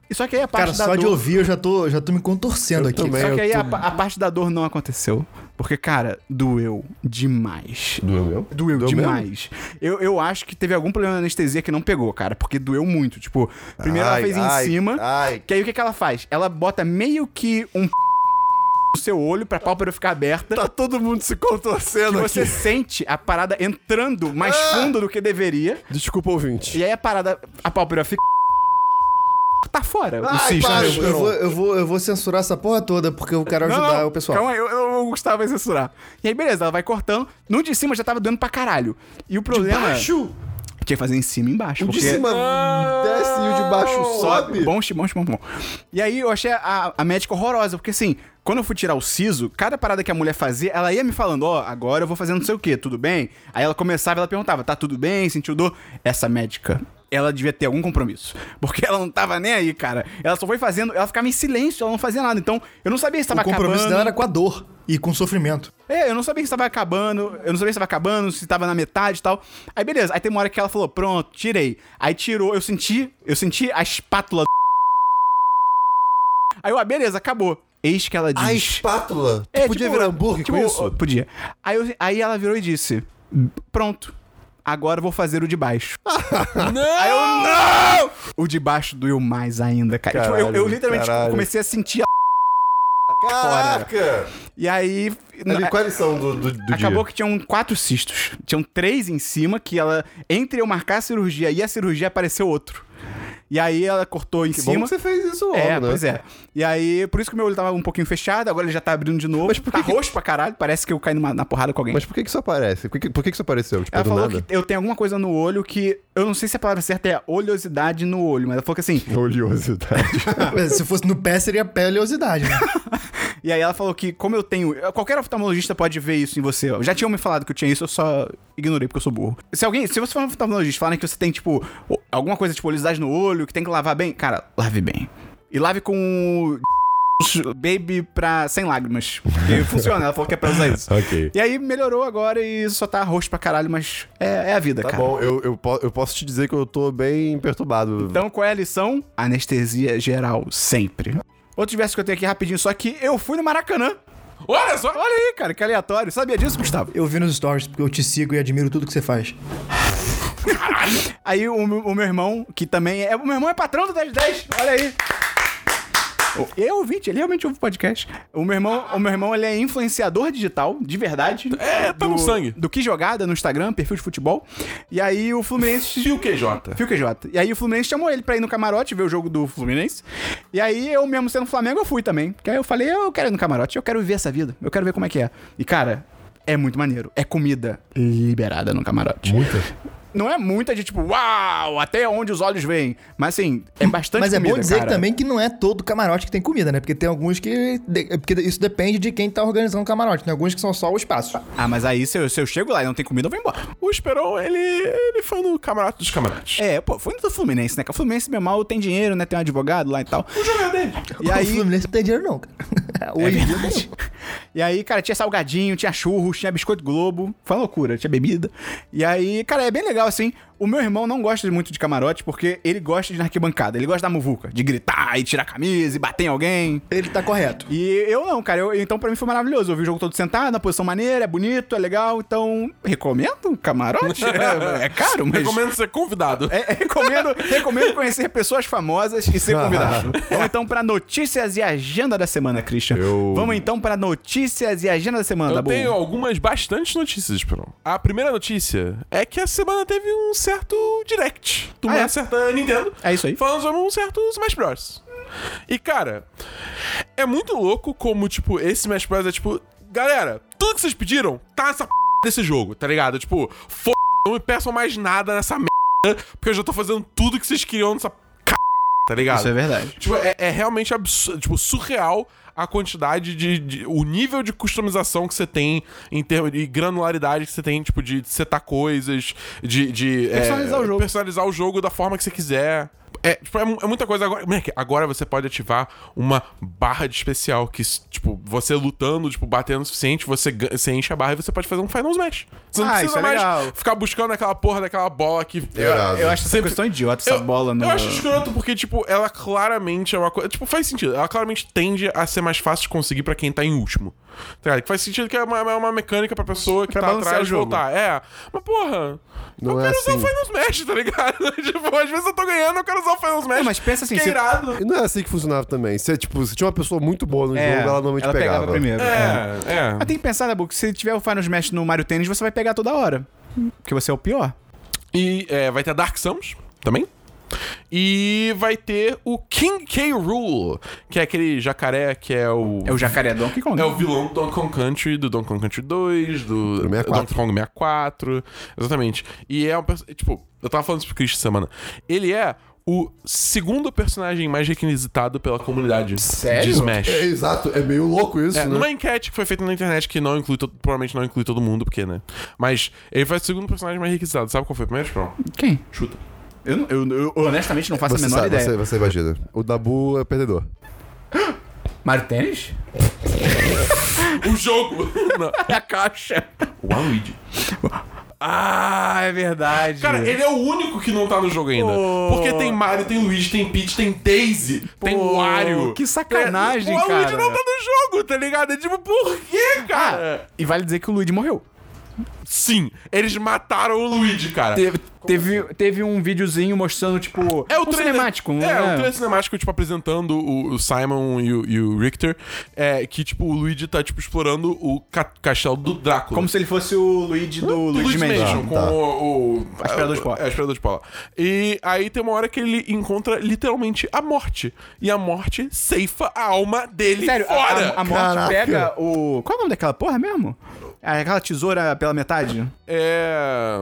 E só que aí a parte
Cara,
da
só de
dor-
ouvir eu já tô, já tô me contorcendo aqui.
também.
Só
eu
que aí a,
tô-
pa- a parte da dor não aconteceu. Porque, cara, doeu demais.
Doeu mesmo?
Doeu,
Doeu
demais. Eu, eu acho que teve algum problema na anestesia que não pegou, cara, porque doeu muito. Tipo, primeiro
Ai,
ela fez
ai,
em cima,
ai.
que aí o que, que ela faz? Ela bota meio que um p... no seu olho pra pálpebra ficar aberta.
Tá todo mundo se
e
contorcendo aqui. Ah!
você sente a parada entrando mais fundo do que deveria.
Desculpa, ouvinte.
E aí a parada, a pálpebra fica. Tá fora. o
Ai,
cisto.
para,
meu.
Ah, eu-
Eu vou, eu, vou, eu vou censurar essa porra toda porque eu quero ajudar o pessoal.
Calma aí, eu, eu- o Gustavo vai censurar. E aí, beleza, ela vai cortando. No de cima já tava doendo pra caralho. E o problema.
Baixo!
É, tinha que fazer em cima e embaixo.
O de
porque-
cima desce e o de baixo sobe.
Bom, chi- bom, chi- bom, bom. E aí eu achei a, a médica horrorosa, porque assim, quando eu fui tirar o siso, cada parada que a mulher fazia, ela ia me falando, ó, agora eu vou fazer não sei o que, tudo bem? Aí ela começava, ela perguntava, tá tudo bem, sentiu dor? Essa médica, ela devia ter algum compromisso, porque ela não tava nem aí, cara. Ela só foi fazendo, ela ficava em silêncio, ela não fazia nada, então eu não sabia se tava
O compromisso
acabando.
dela era com a dor e com o sofrimento.
É, eu não sabia que estava acabando, eu não sabia se estava acabando, se estava na metade e tal. Aí beleza, aí tem uma hora que ela falou: "Pronto, tirei". Aí tirou, eu senti, eu senti a espátula do Aí eu, ah, beleza, acabou. Eis que ela diz.
A espátula. Tu
É,
podia
tipo,
virar hambúrguer
tipo,
com isso?
Podia. Aí, eu- aí ela virou e disse: "Pronto. Agora eu vou fazer o de baixo".
Não!
Aí eu, não! O de baixo doeu mais ainda, cara. Tipo, eu- eu,
Caralho,
literalmente
caralho.
comecei a sentir a...
Caraca!
E aí...
Ali,
na-
quais são do, do, do
né? Acabou
dia?
que tinham quatro cistos. Tinham três em cima que ela, entre eu marcar a cirurgia e a cirurgia, apareceu outro. E aí ela cortou em
Que bom
cima.
que você fez isso logo,
é,
né?
pois é. E aí, por isso que meu olho tava um pouquinho fechado, agora ele já tá abrindo de novo. Mas por tá roxo pra caralho, parece que eu caí numa, na porrada com alguém.
Mas por que que isso aparece? Por que, por que que isso apareceu? Tipo,
Ela
do
falou
nada?
que eu tenho alguma coisa no olho que. Eu não sei se a palavra certa é oleosidade no olho, mas ela falou que assim.
Oleosidade.
Ah.
Se fosse no pé, seria peleosidade, né?
E aí ela falou que, como eu tenho. Qualquer oftalmologista pode ver isso em você. ó. Já tinham me falado que eu tinha isso, eu só ignorei porque eu sou burro. Se alguém. Se você for um oftalmologista falarem que você tem, tipo, o- alguma coisa, tipo, oleosidade no olho, que tem que lavar bem, cara, lave bem. E lave com. o Baby pra. sem lágrimas. Porque funciona, ela falou que é pra usar isso.
Ok.
E aí melhorou agora e só tá roxo pra caralho, mas é, é a vida,
Tá
cara.
bom, eu, eu, po- eu posso te dizer que eu tô bem perturbado.
Então, qual é a lição? Anestesia geral, sempre. Outro verso que eu tenho aqui rapidinho, só que eu fui no Maracanã.
Olha só!
Olha aí, cara, que aleatório. Sabia disso, Gustavo?
Eu vi nos stories porque eu te sigo e admiro tudo que você faz.
Aí o, meu- o meu irmão, que também é. O meu irmão é patrão do 1010, olha aí. Eu é ouvinte, ele realmente ouve podcast. O meu irmão, o meu irmão ele é influenciador digital, de verdade.
É, tá
do,
no sangue.
Do que jogada no Instagram, perfil de futebol. E aí o Fluminense.
Fio QJ.
Fio QJ. E aí o Fluminense chamou ele pra ir no camarote ver o jogo do Fluminense. E aí eu mesmo sendo Flamengo, eu fui também. Porque aí eu falei, eu quero ir no camarote, eu quero ver essa vida. Eu quero ver como é que é. E cara, é muito maneiro. É comida liberada no camarote.
Muita.
Não é muita de tipo, uau, até onde os olhos veem. Mas assim, é bastante
Mas é
comida,
bom dizer
cara.
também que não é todo camarote que tem comida, né? Porque tem alguns que. de- Porque isso depende de quem tá organizando o camarote. Tem alguns que são só o espaço.
Ah, mas aí se eu, se eu chego lá e não tem comida, eu vou embora.
O Esperon, ele, ele foi no camarote dos camarotes.
É, pô, foi do Fluminense, né? Que o Fluminense, meu mal, tem dinheiro, né? Tem um advogado lá e tal. O jogador dele. E
O
aí,
Fluminense não tem dinheiro, não, cara. É, Hoje em dia não.
E aí, cara, tinha salgadinho, tinha churros, tinha biscoito Globo. Foi uma loucura, tinha bebida. E aí, cara, é bem legal assim. O meu irmão não gosta muito de camarote porque ele gosta de na arquibancada, ele gosta da muvuca, de gritar e tirar a camisa e bater em alguém.
Ele tá correto.
E eu não, cara. Eu- então, pra mim foi maravilhoso. Eu vi o jogo todo sentado, na posição maneira, é bonito, é legal. Então, recomendo um camarote. É, é caro, mas.
Recomendo ser convidado.
É, é, recomendo, recomendo conhecer pessoas famosas e ser convidado. Vamos então para notícias e agenda da semana, Christian.
Eu-
Vamos então para notícias e agenda da semana,
Eu
Dabu.
tenho algumas bastantes notícias, Esperon. A primeira notícia é que a semana teve um certo direct de uma
Ah, é?
certa Nintendo.
É isso aí.
Falando sobre um certo Smash Bros. E, cara, é muito louco como, tipo, esse Smash Bros é tipo... Galera, tudo que vocês pediram tá nessa p... desse jogo, tá ligado? Tipo, f... não me peçam mais nada nessa merda, porque eu já tô fazendo tudo que vocês queriam nessa c... tá ligado?
Isso é verdade.
Tipo, é, é realmente absurdo, tipo, surreal a quantidade de, de- o nível de customização que você tem em termos de granularidade que você tem, tipo, de setar coisas, de. de, é,
Personalizar o jogo.
Personalizar o jogo da forma que você quiser. É, tipo, é, mu- é muita coisa agora. moleque, Agora você pode ativar uma barra de especial que, s- tipo, você lutando, tipo, batendo o suficiente, você, gan- você enche a barra e você pode fazer um Final Smash. Você não
Ah,
precisa
isso é
mais
legal.
ficar buscando aquela porra daquela bola que.
Irado.
Eu acho essa
Sempre-
questão idiota, essa bola no...
eu acho escroto porque, tipo, ela claramente é uma coisa. Tipo, faz sentido. Ela claramente tende a ser mais fácil de conseguir pra quem tá em último. Tá ligado? Que faz sentido que é uma, é uma mecânica pra pessoa que
Pra
tá
balancear
atrás
o jogo.
voltar. É. Mas, porra.
Não
eu
é
quero usar
assim.
o Final Smash, tá ligado? tipo, às vezes eu tô ganhando, eu quero usar o Final Smash.
É, mas pensa assim,
Que é
se-
irado.
E não é assim que funcionava também. Se, tipo, se tinha uma pessoa muito boa no jogo, ela normalmente pegava.
É, primeiro.
É, é.
Mas tem que pensar, Dabu, que se tiver o Final Smash no Mario Tênis, você vai pegar toda hora. Porque você é o pior.
E é, vai ter a Dark Samus também. E vai ter o King K. Rule, que é aquele jacaré que é o.
É o jacaré Donkey Kong.
É o vilão do Donkey Kong Country, do Donkey Kong Country 2, do,
Do 64.
Donkey Kong 64. Exatamente. E é um perso- Tipo, eu tava falando isso pro Chris essa semana. Ele é o segundo personagem mais requisitado pela comunidade de
Sério?
Smash.
É, exato, é meio louco isso,
É,
né?
numa enquete que foi feita na internet, que não inclui, todo- provavelmente não inclui todo mundo, porque, né? Mas ele foi o segundo personagem mais requisitado. Sabe qual foi o primeiro, Esperão?
Quem?
Chuta.
Eu, não- eu- eu honestamente não faço
Você
a menor
sabe,
ideia.
Você, você imagina. O Dabu é perdedor.
Mario Tênis?
O jogo! não, é a caixa. O Waluigi.
Ah, é verdade.
Cara, ele é o único que não tá no jogo ainda. Porque tem Mario, tem Luigi, tem Peach, tem Daisy, tem Wario.
que sacanagem,
É, O Luigi
cara.
não tá no jogo, tá ligado? É tipo, por quê, cara?
E vale dizer que o Luigi morreu.
Sim, eles mataram o Luigi, cara.
Teve, teve, teve um videozinho mostrando, tipo,
É o
um
trailer,
cinemático. né?
É, o trailer cinemático, tipo, apresentando o, o Simon e o, e o Richter. É, que, tipo, o Luigi tá, tipo, explorando o ca- castelo do Drácula.
Como se ele fosse o Luigi do Luigi
Luigi
Mansion.
Mansion,
tá.
com o, o...
Aspirador de pó.
É, aspirador de pó. E aí tem uma hora que ele encontra, literalmente, a morte. E a morte ceifa a alma dele
Sério, a,
fora.
a- a morte
Caraca.
pega o... Qual é o nome daquela porra mesmo? É Aquela tesoura pela metade?
É...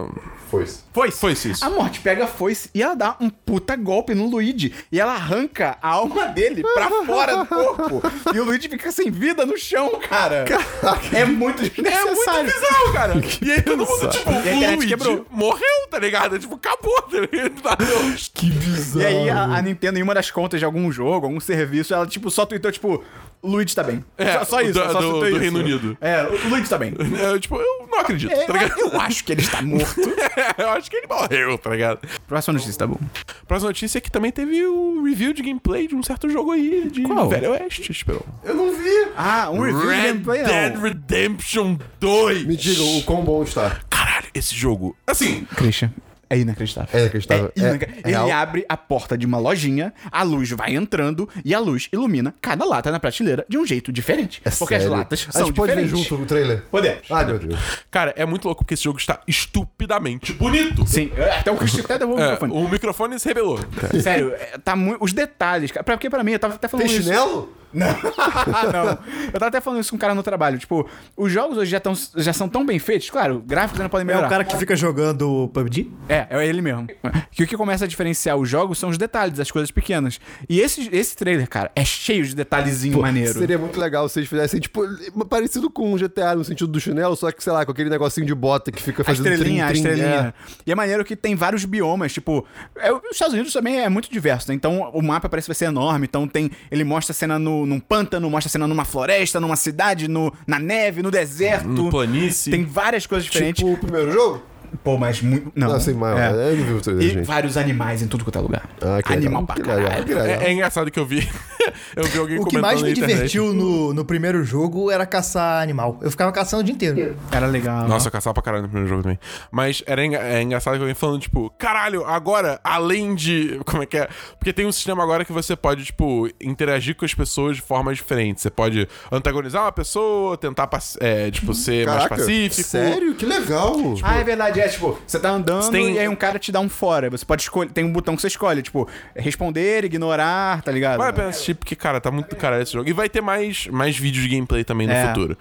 Foi isso.
Foi
Foi isso.
A morte pega a foice e ela dá um puta golpe no Luigi. E ela arranca a alma dele pra fora do corpo. E o Luigi fica sem vida no chão, cara. É muito
É muito
desnecessário.
bizarro, cara. E aí todo mundo,
bizarro.
tipo,
tá. E a internet
o Luigi
quebrou.
morreu, tá ligado? Tipo, acabou, tá ligado?
Que bizarro.
E aí a, a Nintendo, em uma das contas de algum jogo, algum serviço, ela tipo só tweetou, tipo, Luigi tá bem.
É,
só, só
o
isso,
da-
só tweetou
do- do
isso.
Reino Unido.
É, o Luigi tá bem.
Eu, tipo, eu não acredito, tá ligado?
É, Eu, eu acho que ele está morto.
eu acho que ele morreu, tá ligado?
Próxima notícia, tá bom.
Próxima notícia é que também teve o review de gameplay de um certo jogo aí, de
Qual?
Velho Oeste, esperou.
Eu não vi.
Ah, um review de
Red
gameplay não.
Dead Redemption 2.
Me diga o quão bom está.
Caralho, esse jogo. Assim,
Christian, é inacreditável.
É inacreditável.
É
É-
inacre-
é
Ele
real.
abre a porta de uma lojinha, a luz vai entrando e a luz ilumina cada lata na prateleira de um jeito diferente. porque
É sério.
as latas
A
são
gente pode ver
diferentes.
junto o trailer?
Podemos.
Ai, meu Deus.
cara, é muito louco porque esse jogo está estupidamente bonito.
Sim, até o Christian até derrubou o
É,
microfone.
o microfone se rebelou.
Sério, é, tá muito. Os detalhes, cara. Pra- Porque pra mim, eu tava até falando
Tem
isso.
chinelo?
Não. Ah, não. Eu tava até falando isso com um cara no trabalho. Tipo, os jogos hoje já, tão, já são tão bem feitos, claro, gráficos não podem
É
melhorar.
o cara que fica jogando PUBG?
É, é ele mesmo. Que o que começa a diferenciar os jogos são os detalhes, as coisas pequenas. E esse, esse trailer, cara, é cheio de detalhezinho maneiro.
Seria muito legal se eles fizessem, tipo, parecido com o GTA no sentido do chinelo, só que, sei lá, com aquele negocinho de bota que fica
A
fazendo
estrelinha, a
um trim, trim,
estrelinha. E é maneiro que tem vários biomas, tipo... é, os Estados Unidos também é muito diverso, né? Então o mapa parece que vai ser enorme, então tem... Ele mostra a cena no, num pântano, mostra a cena numa floresta, numa cidade, no, na neve, no deserto.
No planície.
Tem várias coisas
é.
diferentes.
Tipo, o primeiro jogo?
Pô, mas muito... Não,
Assim, mano, é, é nível 3,
Ah, E
gente.
vários animais em tudo quanto é lugar.
Ah, que legal,
Animal
que
pra
legal,
caralho.
que legal.
É, é engraçado que eu vi. eu vi alguém
O que
comentando
mais
na
me
internet.
divertiu
No, no primeiro jogo era caçar animal. Eu ficava caçando o dia inteiro.
Era legal.
Nossa, eu caçava pra caralho no primeiro jogo também. Mas era enga- é engraçado que alguém falando, tipo, caralho, agora, além de. Como é que é? Porque tem um sistema agora que você pode, tipo, interagir com as pessoas de formas diferentes. Você pode antagonizar uma pessoa, tentar, paci- é, tipo, ser
Uhum. Caraca,
mais pacífico.
sério? Que legal!
Ah, é verdade, é tipo, você tá andando
Você tem-
e aí um cara te dá um fora. Você pode escolher, tem um botão que você escolhe, tipo, responder, ignorar, tá ligado?
Vale a pena assistir, porque, cara, tá muito do caralho esse jogo. E vai ter mais, mais vídeos de gameplay também no
É.
futuro.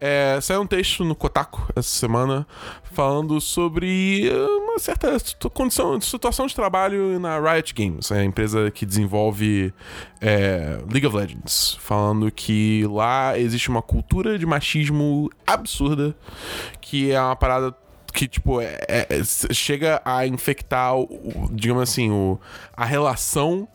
É, saiu um texto no Kotaku essa semana falando sobre eh, uma certa situ- condição, situação de trabalho na Riot Games, a empresa que desenvolve eh, League of Legends. Falando que lá existe uma cultura de machismo absurda, que é uma parada que, tipo, é- é- é- s- chega a infectar, o- o- digamos assim, o, a relação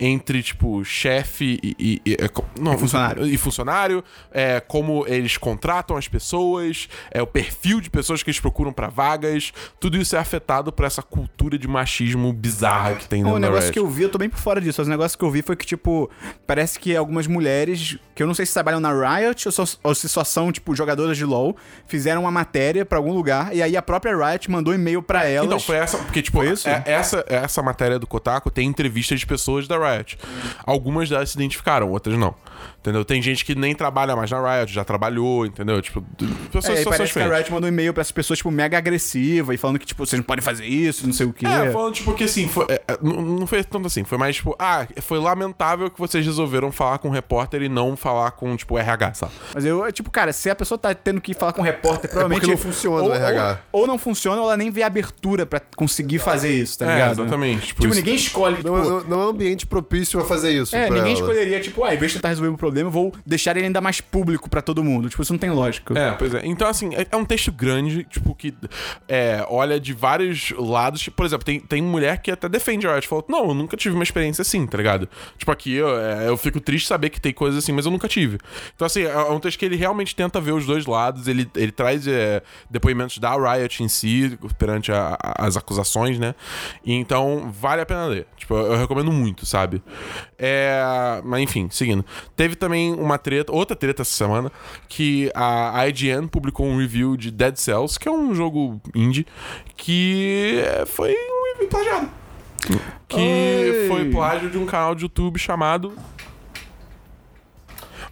entre, tipo, chefe e, e- e- é co- não,
funcionário.
E funcionário, é, como eles contratam as pessoas, é, o perfil de pessoas que eles procuram pra vagas, tudo isso é afetado por essa cultura de machismo bizarra que tem
O É
no
um negócio que eu vi, eu tô bem por fora disso. Mas o negócio que eu vi foi que, tipo, parece que algumas mulheres, que eu não sei se trabalham na Riot ou, só- ou se só são, tipo, jogadoras de LoL, fizeram uma matéria pra algum lugar e aí a própria Riot mandou e-mail pra elas.
Então, foi essa. Porque, tipo,
isso?
é- essa, essa matéria do Kotaku tem entrevistas de pessoas da Riot. Algumas delas se identificaram, outras não. Entendeu? Tem gente que nem trabalha mais na Riot, já trabalhou, entendeu? Tipo, d- pessoas
É, e
são
parece que a
diferentes.
Riot mandou e-mail pra essas pessoas, tipo, mega agressiva e falando que, tipo, vocês não podem fazer isso, não sei o quê.
É, falando, tipo, que assim, foi- é, é, não não foi tanto assim, foi mais, tipo, ah, foi lamentável que vocês resolveram falar com o repórter e não falar com, tipo, o RH, sabe?
Mas eu, tipo, cara, se a pessoa tá tendo que falar com o repórter, provavelmente.
É porque não funciona
ou,
o RH.
Ou, ou não funciona, ou ela nem vê a abertura pra conseguir fazer isso, tá
É,
ligado?
exatamente, tipo
Tipo,
isso.
ninguém escolhe.
Não,
tipo,
não- não é um ambiente propício a fazer isso.
é,
pra
ninguém
ela.
escolheria, tipo, ah, em vez de tentar resolver o problema, eu vou deixar ele ainda mais público pra todo mundo. Tipo, isso não tem lógica.
É, pois é. Então, assim, é, é um texto grande, tipo, que é, olha de vários lados. Tipo, por exemplo, tem, tem mulher que até defende a Riot. Fala, não, eu nunca tive uma experiência assim, tá ligado? Tipo, aqui eu, é, eu fico triste saber que tem coisas assim, mas eu nunca tive. Então, assim, é é um texto que ele realmente tenta ver os dois lados. Ele, ele traz é, depoimentos da Riot em si, perante a- a- as acusações, né? E, então, vale a pena ler. Tipo, eu, eu recomendo muito, sabe? É, mas, enfim, seguindo. Teve também uma treta, outra treta essa semana, que a a IGN publicou um review de Dead Cells, que é um jogo indie, que é, foi um review plagiado. Que
Oi.
foi plágio de um canal de YouTube chamado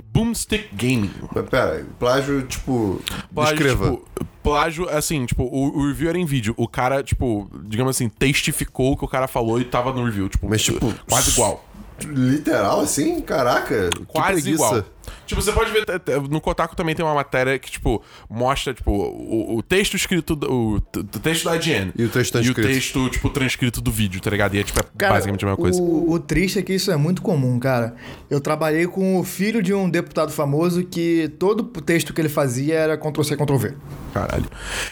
Boomstick Gaming.
Mas pera, plágio, tipo.
Plágio,
descreva.
tipo, plágio, assim, tipo, o, o review era em vídeo. O cara, tipo, digamos assim, testificou o que o cara falou e tava no review. Tipo,
Mas, tipo,
quase igual.
Literal assim? Caraca. que
Quase
preguiça.
igual. Tipo, você pode ver. t- t- No Kotaku também tem uma matéria que, tipo, mostra, tipo, o, o texto escrito. do- O, t- o texto da IGN.
E o texto tá transcrito.
E o texto, tipo, transcrito do vídeo, tá ligado? E é, tipo, é
Cara,
basicamente a mesma coisa.
O, o triste é que isso é muito comum, cara. Eu trabalhei com o filho de um deputado famoso que todo o texto que ele fazia era Ctrl-C, Ctrl-V.
Caralho.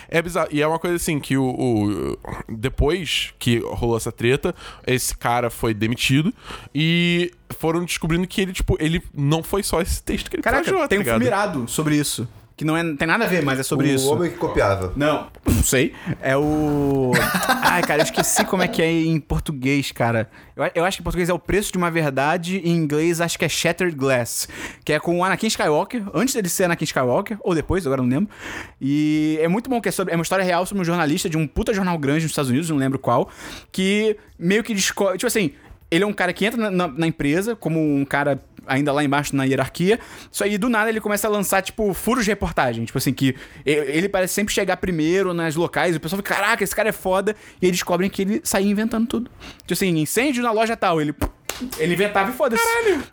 É bizarro. E é uma coisa assim que o, o- Depois que rolou essa treta, esse cara foi demitido e foram descobrindo que ele, tipo, ele não foi só esse texto que ele
Caraca,
plagiou, tá
tem um
ligado?
filme irado sobre isso. Que não é, tem nada a ver, mas é sobre
o
isso.
Um homem que copiava.
Não, não sei. É o. Ai, cara, eu esqueci como é que é em português, cara. Eu, eu acho que em português é o preço de uma verdade, e em inglês acho que é Shattered Glass. Que é com o Anakin Skywalker, antes dele ser Anakin Skywalker, ou depois, agora não lembro. E é muito bom que é, sobre, é uma história real sobre um jornalista de um puta jornal grande nos Estados Unidos, não lembro qual, que meio que descobre. Tipo assim, ele é um cara que entra na, na- na empresa, como um cara ainda lá embaixo na hierarquia. Só aí do nada ele começa a lançar, tipo, furos de reportagem. Tipo assim, que e- ele parece sempre chegar primeiro nas locais. E o pessoal fica, caraca, esse cara é foda. E aí descobrem que ele saiu inventando tudo. Tipo assim, incêndio na loja tal. Ele. "Pum, Ele inventava e foda-se.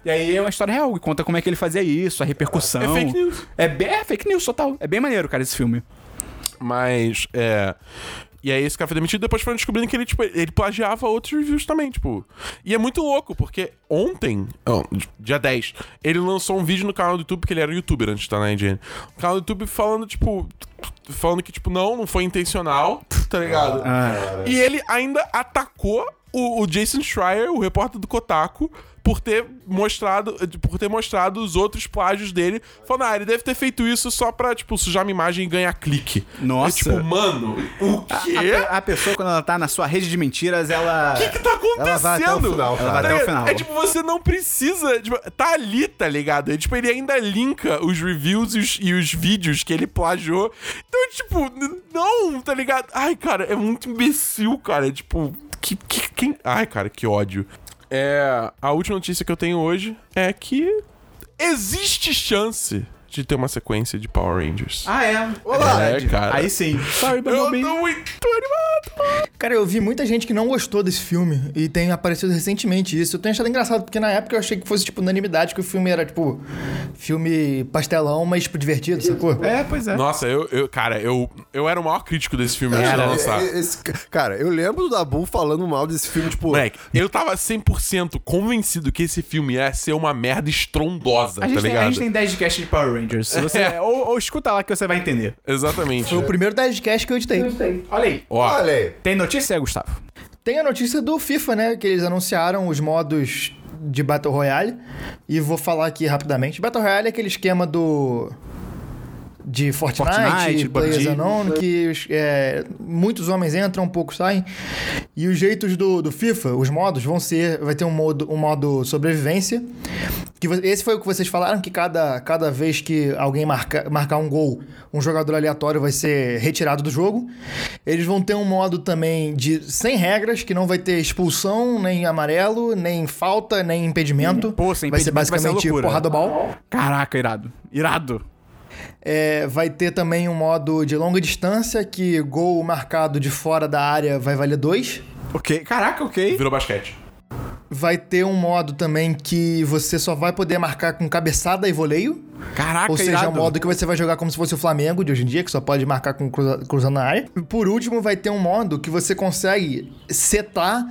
E aí é uma história real, e conta como é que ele fazia isso, a repercussão.
É fake news.
É, bem, é fake news total. É bem maneiro, cara, esse filme.
Mas, é. E aí esse cara foi demitido, depois foram descobrindo que ele, tipo, ele plagiava outros reviews também, tipo. E é muito louco, porque ontem, ó, dia 10, ele lançou um vídeo no canal do YouTube, porque ele era youtuber antes de estar na IGN. No canal do YouTube falando, tipo. Falando que, tipo, não, não foi intencional, tá ligado? E ele ainda atacou o, o Jason Schreier, o repórter do Kotaku, por ter mostrado, por ter mostrado os outros plágios dele, falando, ah, ele deve ter feito isso só pra, tipo, sujar minha imagem e ganhar clique.
Nossa.
É, tipo, mano, o
A,
quê?
pe- a pessoa, quando ela tá na sua rede de mentiras, ela.
O que que tá acontecendo?
Ela vai até o final, cara.
Ela vai até o
É,
final.
É tipo, você não precisa. tipo, tá ali, tá ligado? É, tipo, ele ainda linka os reviews e os, e os vídeos que ele plagiou. Então, é, tipo, n- não, tá ligado? Ai, cara, é muito imbecil, cara. É, tipo, que, que- quem. Ai, cara, que ódio. É. A última notícia que eu tenho hoje é que existe chance de ter uma sequência de Power Rangers.
Ah, é.
Olá.
É,
É, cara.
Aí sim. Sorry,
eu tô
Bumblebee.
muito animado!
Cara, eu vi muita gente que não gostou desse filme e tem aparecido recentemente isso. Eu tenho achado engraçado, porque na época eu achei que fosse, tipo, unanimidade, que o filme era, tipo, filme pastelão, mas, tipo, divertido, sacou?
É, pois é.
Nossa, eu, eu- Cara, eu, eu era o maior crítico desse filme antes de
Cara,
lançar.
E- e- é, esse ca- cara, eu lembro do Dabu falando mal desse filme, tipo.
Moleque, eu tava 100% convencido que esse filme ia ser uma merda estrondosa,
A gente,
tá
tem, a
ligado?
gente tem 10 de cast de Power Rangers. Se Você,
É.
ou, ou escuta lá que você vai entender.
Exatamente.
Foi o primeiro Deadcast que eu editei.
Olha aí.
Ó,
Olha aí.
Tem notícia, Gustavo?
Tem a notícia do FIFA, né? Que eles anunciaram os modos de Battle Royale. E vou falar aqui rapidamente. Battle Royale é aquele esquema do. De Fortnite,
Fortnite, PUBG.
PlayerUnknown, que os- é, muitos homens entram, poucos saem. E os jeitos do, do FIFA, os modos, vão ser... Vai ter um modo, um modo sobrevivência. Que, vo- esse foi o que vocês falaram, que cada, cada vez que alguém marca, marcar um gol, um jogador aleatório vai ser retirado do jogo. Eles vão ter um modo também de sem regras, que não vai ter expulsão, nem amarelo, nem falta, nem impedimento.
Pô, sem
vai ser
impedimento vai ser uma
basicamente
loucura.
porrada ao bal.
Caraca, irado. Irado.
É, vai ter também um modo de longa distância, que gol marcado de fora da área vai valer dois.
Ok. Caraca, ok.
virou basquete.
Vai ter um modo também que você só vai poder marcar com cabeçada e voleio.
Caraca,
Ou seja, é
irado.
um modo que você vai jogar como se fosse o Flamengo de hoje em dia, que só pode marcar com cruza- cruzando na área. E por último, vai ter um modo que você consegue setar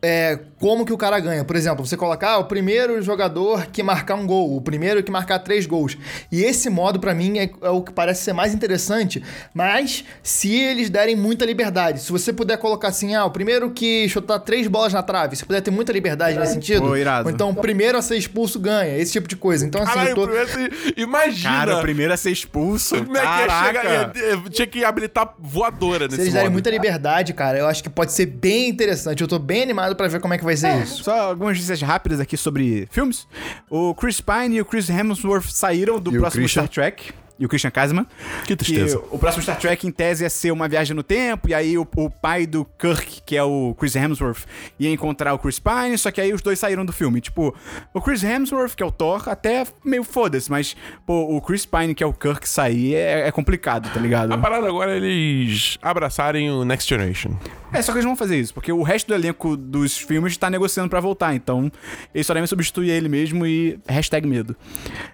é, como que o cara ganha. Por exemplo, você colocar ah, o primeiro jogador que marcar um gol, o primeiro que marcar três gols. E esse modo, pra mim, é, é o que parece ser mais interessante, mas se eles derem muita liberdade. Se você puder colocar assim, ah, o primeiro que chutar três bolas na trave, se puder ter muita liberdade nesse sentido.
Pô, irado.
Ou então, o primeiro a ser expulso ganha, esse tipo de coisa. Então, assim,
Caralho,
eu tô...
primeiro você- imagina.
Cara, o primeiro a ser expulso.
Como é que ia
Caraca.
chegar? Ia- ia- Tinha que habilitar voadora nesse
Se eles derem
modo.
muita liberdade, cara, eu acho que pode ser bem interessante. Eu tô bem animado pra ver como é que vai ser isso.
Só algumas notícias rápidas aqui sobre filmes. O Chris Pine e o Chris Hemsworth saíram do
E o
próximo
Christian.
Star Trek. E o Christian Kasman.
Que tristeza.
o próximo Star Trek, em tese, ia ser uma viagem no tempo. E aí o, o pai do Kirk, que é o Chris Hemsworth, ia encontrar o Chris Pine. Só que aí os dois saíram do filme. Tipo, o Chris Hemsworth, que é o Thor, até meio foda-se. Mas, pô, o Chris Pine, que é o Kirk, sair é, é complicado, tá ligado?
A parada agora é eles abraçarem o Next Generation.
É, só que eles vão fazer isso, porque o resto do elenco dos filmes tá negociando pra voltar, então eles só devem substituir ele mesmo e hashtag medo.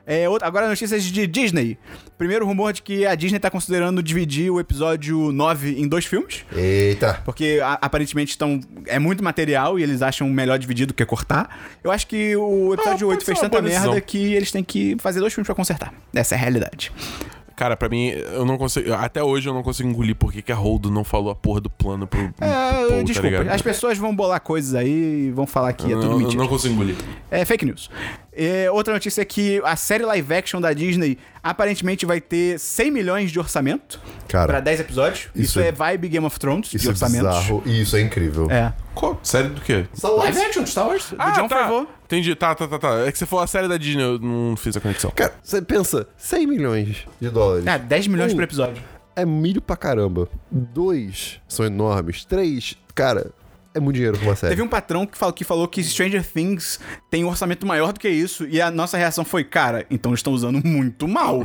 É, outra- agora notícias de Disney. Primeiro rumor de que a Disney tá considerando dividir o episódio 9 em dois filmes,
Eita.
porque a- aparentemente estão, é muito material e eles acham melhor dividir do que cortar. Eu acho que o episódio
Ah, pode
8 fez
ser uma
tanta
boa decisão.
merda que eles têm que fazer dois filmes pra consertar. Essa é a realidade.
Cara, pra mim, eu não consigo. Até hoje eu não consigo engolir porque que a Holdo não falou a porra do plano pro. pro
Ah,
povo, tá
desculpa,
ligado?
as pessoas vão bolar coisas aí e vão falar que é
Eu
tudo
não- eu
mentira.
não consigo engolir.
É fake news. É, outra notícia é que a série live action da Disney aparentemente vai ter 100 milhões de orçamento
Cara,
pra 10 episórios. Isso,
isso
é
é-
vibe Game of Thrones de
Isso é
orçamentos.
bizarro. E isso é incrível.
É.
Qual? Sério do quê?
Live action de Star Wars? Ah, Do John
tá.
Favreau.
Entendi, tá, tá, tá, tá. É que você falou a série da Disney, eu não fiz a conexão.
Cara, você pensa, 100 milhões de dólares.
Ah, 10 milhões
Um.
por episódio.
É milho pra caramba. Dois são enormes. Três, cara, é muito dinheiro pra uma série.
Teve um patrão que, fal- que falou que Stranger Things tem um orçamento maior do que isso. E a nossa reação foi, cara, então estão usando muito mal.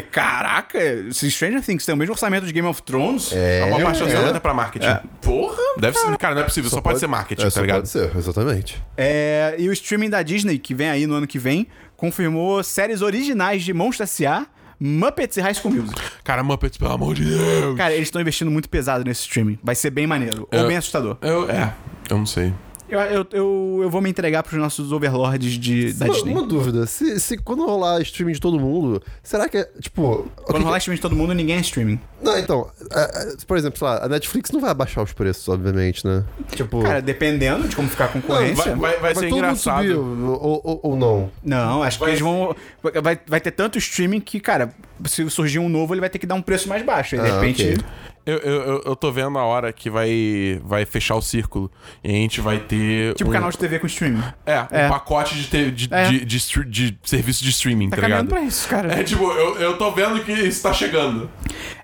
Porque, caraca, se Stranger Things tem o mesmo orçamento de Game of Thrones,
É uma parte
é.
orçada pra marketing.
porra!
Deve ser, cara, não é possível, só, pode, ser marketing,
É,
tá
só
ligado?
Pode ser, exatamente.
É, e o streaming da Disney, que vem aí no ano que vem, confirmou séries originais de Monstro S.A., Muppets e High School Music.
Cara, Muppets, pelo amor de Deus.
Cara, eles estão investindo muito pesado nesse streaming. Vai ser bem maneiro. Ou
É.
bem assustador.
Eu, é, eu não sei.
Eu, eu, eu, eu vou me entregar pros nossos overlords de, da
Uma,
Disney.
uma dúvida, se, se quando rolar streaming de todo mundo, será que é, tipo... o que-
Quando rolar streaming de todo mundo, ninguém é streaming.
Não, então, é, é, por exemplo, sei lá, a Netflix não vai abaixar os preços, obviamente, né? Tipo...
Cara, dependendo de como ficar a
Vai,
concorrência.
vai, vai
mas
ser
todo mundo subir,
engraçado.
ou, ou, ou não.
Não, acho que eles vão. Vai, vai ter tanto streaming que, cara, se surgir um novo, ele vai ter que dar um preço mais baixo. E de
Ah,
repente.
ok.
Eu, eu, eu- eu tô vendo a hora que vai, vai fechar o círculo e a gente vai ter.
Tipo
um,
canal de TV com streaming.
É,
É.
um pacote de, te- de,
É.
de, de stre- de serviço de streaming, tá,
Tá
ligado?
caminhando pra isso, cara.
É tipo, eu, eu tô vendo que isso tá chegando.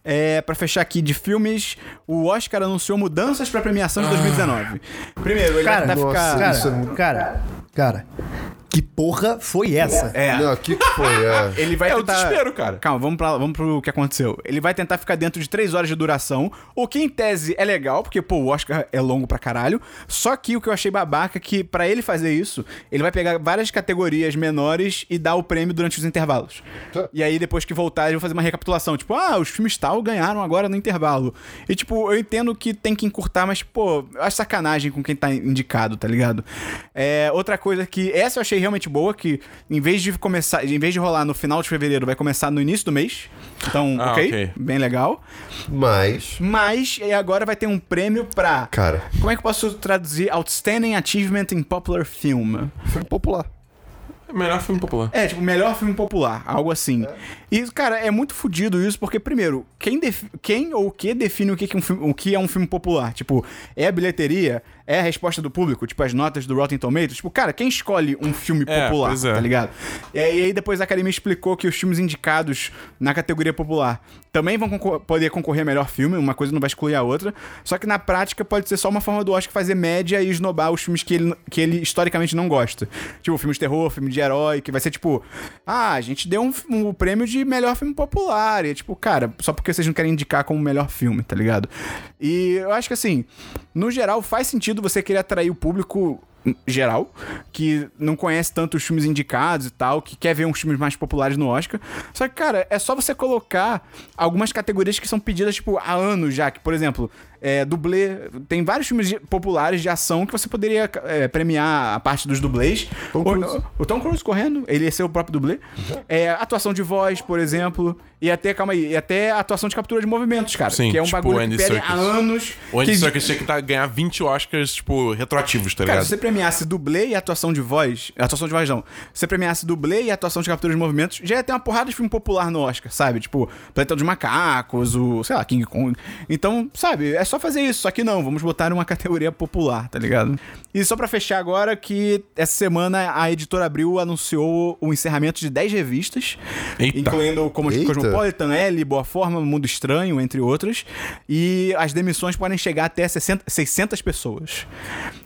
É, pra fechar aqui de filmes, o Oscar anunciou mudanças pra premiação de 2019. Ah. Primeiro, ele
Cara,
vai tentar
nossa,
ficar.
isso é
Cara,
muito-
cara, cara, que porra foi essa?
É.
Não, o que que foi? É.
Ele vai
É o
tentar...
desespero, cara.
Calma, vamos, pra, vamos pro que aconteceu. Ele vai tentar ficar dentro de 3 horas de duração, o que em tese é legal, porque, pô, o Oscar é longo pra caralho. Só que o que eu achei babaca é que, pra ele fazer isso, ele vai pegar várias categorias menores e dar o prêmio durante os intervalos.
Tá.
E aí, depois que voltar, eles vão fazer uma recapitulação. Tipo, ah, os filmes tal ganharam agora no intervalo. E, tipo, eu entendo que tem que encurtar, mas, pô, eu acho sacanagem com quem tá indicado, tá ligado? É, outra coisa que essa eu achei realmente boa, que em vez de começar, em vez de rolar no final de fevereiro, vai começar no início do mês. Então,
Ah,
ok,
ok.
bem legal.
Mas...
Mas e agora vai ter um prêmio pra.
Cara,
Como é que eu posso traduzir Outstanding Achievement in Popular Film?
foi popular.
É o melhor filme popular.
É, tipo, melhor filme popular, algo assim. E, cara, é muito fodido isso, porque, primeiro, quem, defi- quem ou o que define o que, que um filme- o que é um filme popular? Tipo, é a bilheteria? É a resposta do público? Tipo, as notas do Rotten Tomatoes? Tipo, cara, quem escolhe um filme
É,
popular,
pois é.
tá ligado? E aí, aí depois a academia explicou que os filmes indicados na categoria popular também vão concor- poder concorrer a melhor filme, uma coisa não vai excluir a outra. Só que na prática pode ser só uma forma do Oscar fazer média e esnobar os filmes que ele, que ele historicamente não gosta. Tipo, filme de terror, filme de herói, que vai ser tipo, ah, a gente deu um, f- um prêmio de melhor filme popular. E é tipo, cara, só porque vocês não querem indicar como melhor filme, tá ligado? E eu acho que assim, no geral, faz sentido você querer atrair o público geral, que não conhece tanto os filmes indicados e tal, que quer ver uns filmes mais populares no Oscar. Só que, cara, é só você colocar algumas categorias que são pedidas, tipo, há anos já, que, por exemplo, é, dublê. Tem vários filmes de- populares de ação que você poderia é, premiar a parte dos dublês.
Tom
Ou-
Cruise.
o Tom Cruise correndo, ele ia ser o próprio dublê. É, atuação de voz, por exemplo. E até, calma aí, e até atuação de captura de movimentos, cara.
Sim,
que é um
tipo
bagulho
Andy
que pedem há
Serkis.
anos.
O Andy
que-
Serkis tinha que tá- ganhar 20 Oscars, tipo, retroativos, tá
Cara,
ligado?
se você premiasse dublê e atuação de voz. Atuação de voz não. Se você premiasse dublê e atuação de captura de movimentos, já ia ter uma porrada de filme popular no Oscar, sabe? Tipo, Planeta dos Macacos, o, sei lá, King Kong. Então, sabe, é só fazer isso. Só que não, vamos botar uma categoria popular, tá ligado? E só pra fechar agora, que essa semana a editora Abril anunciou o encerramento de 10 revistas,
Eita.
incluindo como
Eita.
Cosmopolitan, Elle, é Boa Forma, um Mundo Estranho, entre outras. E as demissões podem chegar até 60, 600 pessoas.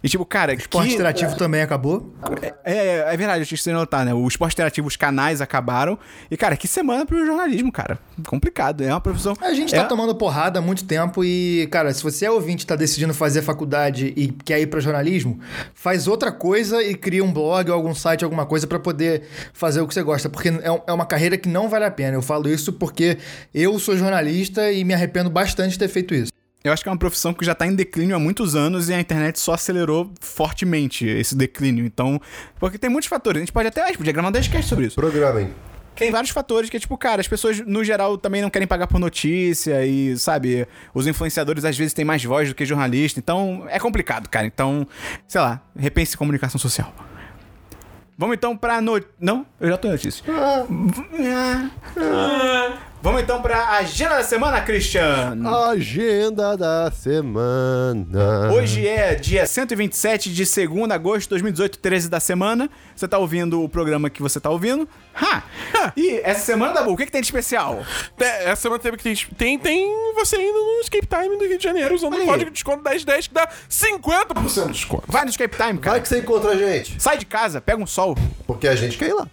E tipo, cara,
Esporte
que-
interativo também acabou.
é, é, é verdade, eu tinha que notar, né? O esporte interativo, os canais acabaram. E, cara, que semana pro jornalismo, cara. Complicado, é uma profissão.
A gente
é,
tá tomando porrada há muito tempo e, cara, se você é ouvinte e tá decidindo fazer faculdade e quer ir pra jornalismo, faz outra coisa e cria um blog ou algum site, alguma coisa pra poder fazer o que você gosta, porque é, um- é uma carreira que não vale a pena. Eu falo isso porque eu sou jornalista e me arrependo bastante de ter feito isso.
Eu acho que é uma profissão que já tá em declínio há muitos anos e a internet só acelerou fortemente esse declínio. Então, porque tem muitos fatores. A gente pode até, a gente podia gravar um 10 sobre isso.
Programem.
Tem vários fatores que é tipo, cara, as pessoas no geral também não querem pagar por notícia e, sabe, os influenciadores às vezes têm mais voz do que jornalista, então é complicado, cara. Então, sei lá, repense comunicação social. Vamos então pra no... Não, eu já tô em notícia. V- ah. Vamos então pra agenda da semana, Christian.
Agenda da semana.
Hoje é dia 127 de segunda agosto de 2018, 13 da semana. Você tá ouvindo o programa que você tá ouvindo. Ha! E essa semana, Dabu, o que, que tem de especial?
Te- É, Essa semana teve que tem, tem. Tem você indo no Escape Time do Rio de Janeiro usando
Olha
o
aí.
código de desconto 1010 que dá 50% de desconto.
Vai no Escape Time, cara.
Vai que você encontra a gente.
Sai de casa, pega um sol.
Porque a gente quer ir lá.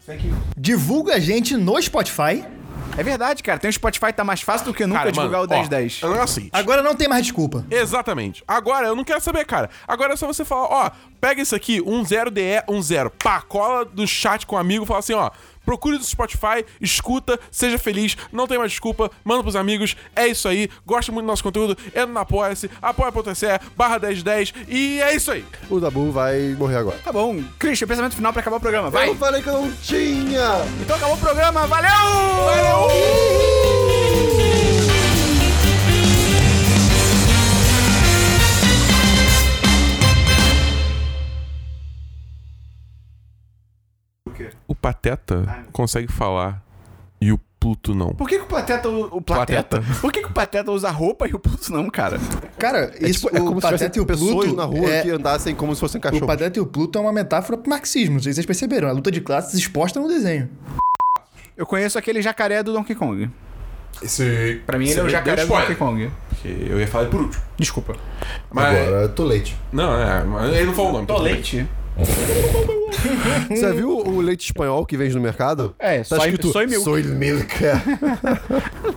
Divulga a gente no Spotify.
É verdade, cara. Tem o Spotify, tá mais fácil do que nunca
Cara,
divulgar
mano,
o 1010.
ó, É o negócio seguinte.
Agora não tem mais desculpa.
Exatamente. Agora, eu não quero saber, cara. Agora é só você falar, ó, pega isso aqui, 10DE10, um zero. pá, cola do chat com um amigo, fala assim, ó, procure do Spotify, escuta, seja feliz, não tem mais desculpa, manda pros amigos, é isso aí, gosta muito do nosso conteúdo, entra na apoia-se, apoia.se, barra 1010, e é isso aí.
O Dabu vai morrer agora.
Tá bom. Christian, pensamento final pra acabar o programa. Vai.
Eu falei que eu não tinha!
Então acabou o programa. Valeu! Valeu!
O Pateta consegue falar e o Pluto não.
Por que, que o Pateta. u- O Plateta?
Plateta.
Por que, que o Pateta usa roupa e o Pluto não, cara?
Cara, isso,
Tipo, é
o
como se
Pateta e
tivessem
o
pessoas
Pluto
na rua
é-
que andassem como se fossem
O
cachorros.
Pateta e o Pluto é uma metáfora pro marxismo, não sei se vocês perceberam. A luta de classes exposta no desenho.
Eu conheço aquele jacaré do Donkey Kong.
Esse...
Pra mim, ele é o
Você
jacaré
deu
do Donkey
spoiler.
Kong.
Porque eu ia falar por último.
Desculpa.
Mas,
Agora, tô leite.
não, é, mas ele não falou o nome.
Tô leite?
Você viu o leite espanhol que vende no mercado?
É,
tá
soy-
escrito
soy milk.
Soy milk.
é.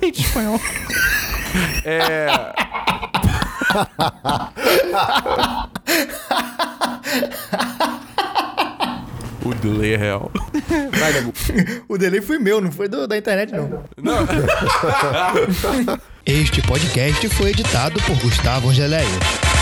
Leite espanhol.
O delay é real.
O delay foi meu, não foi do- da internet, não. Este podcast foi editado por Gustavo Angeléia.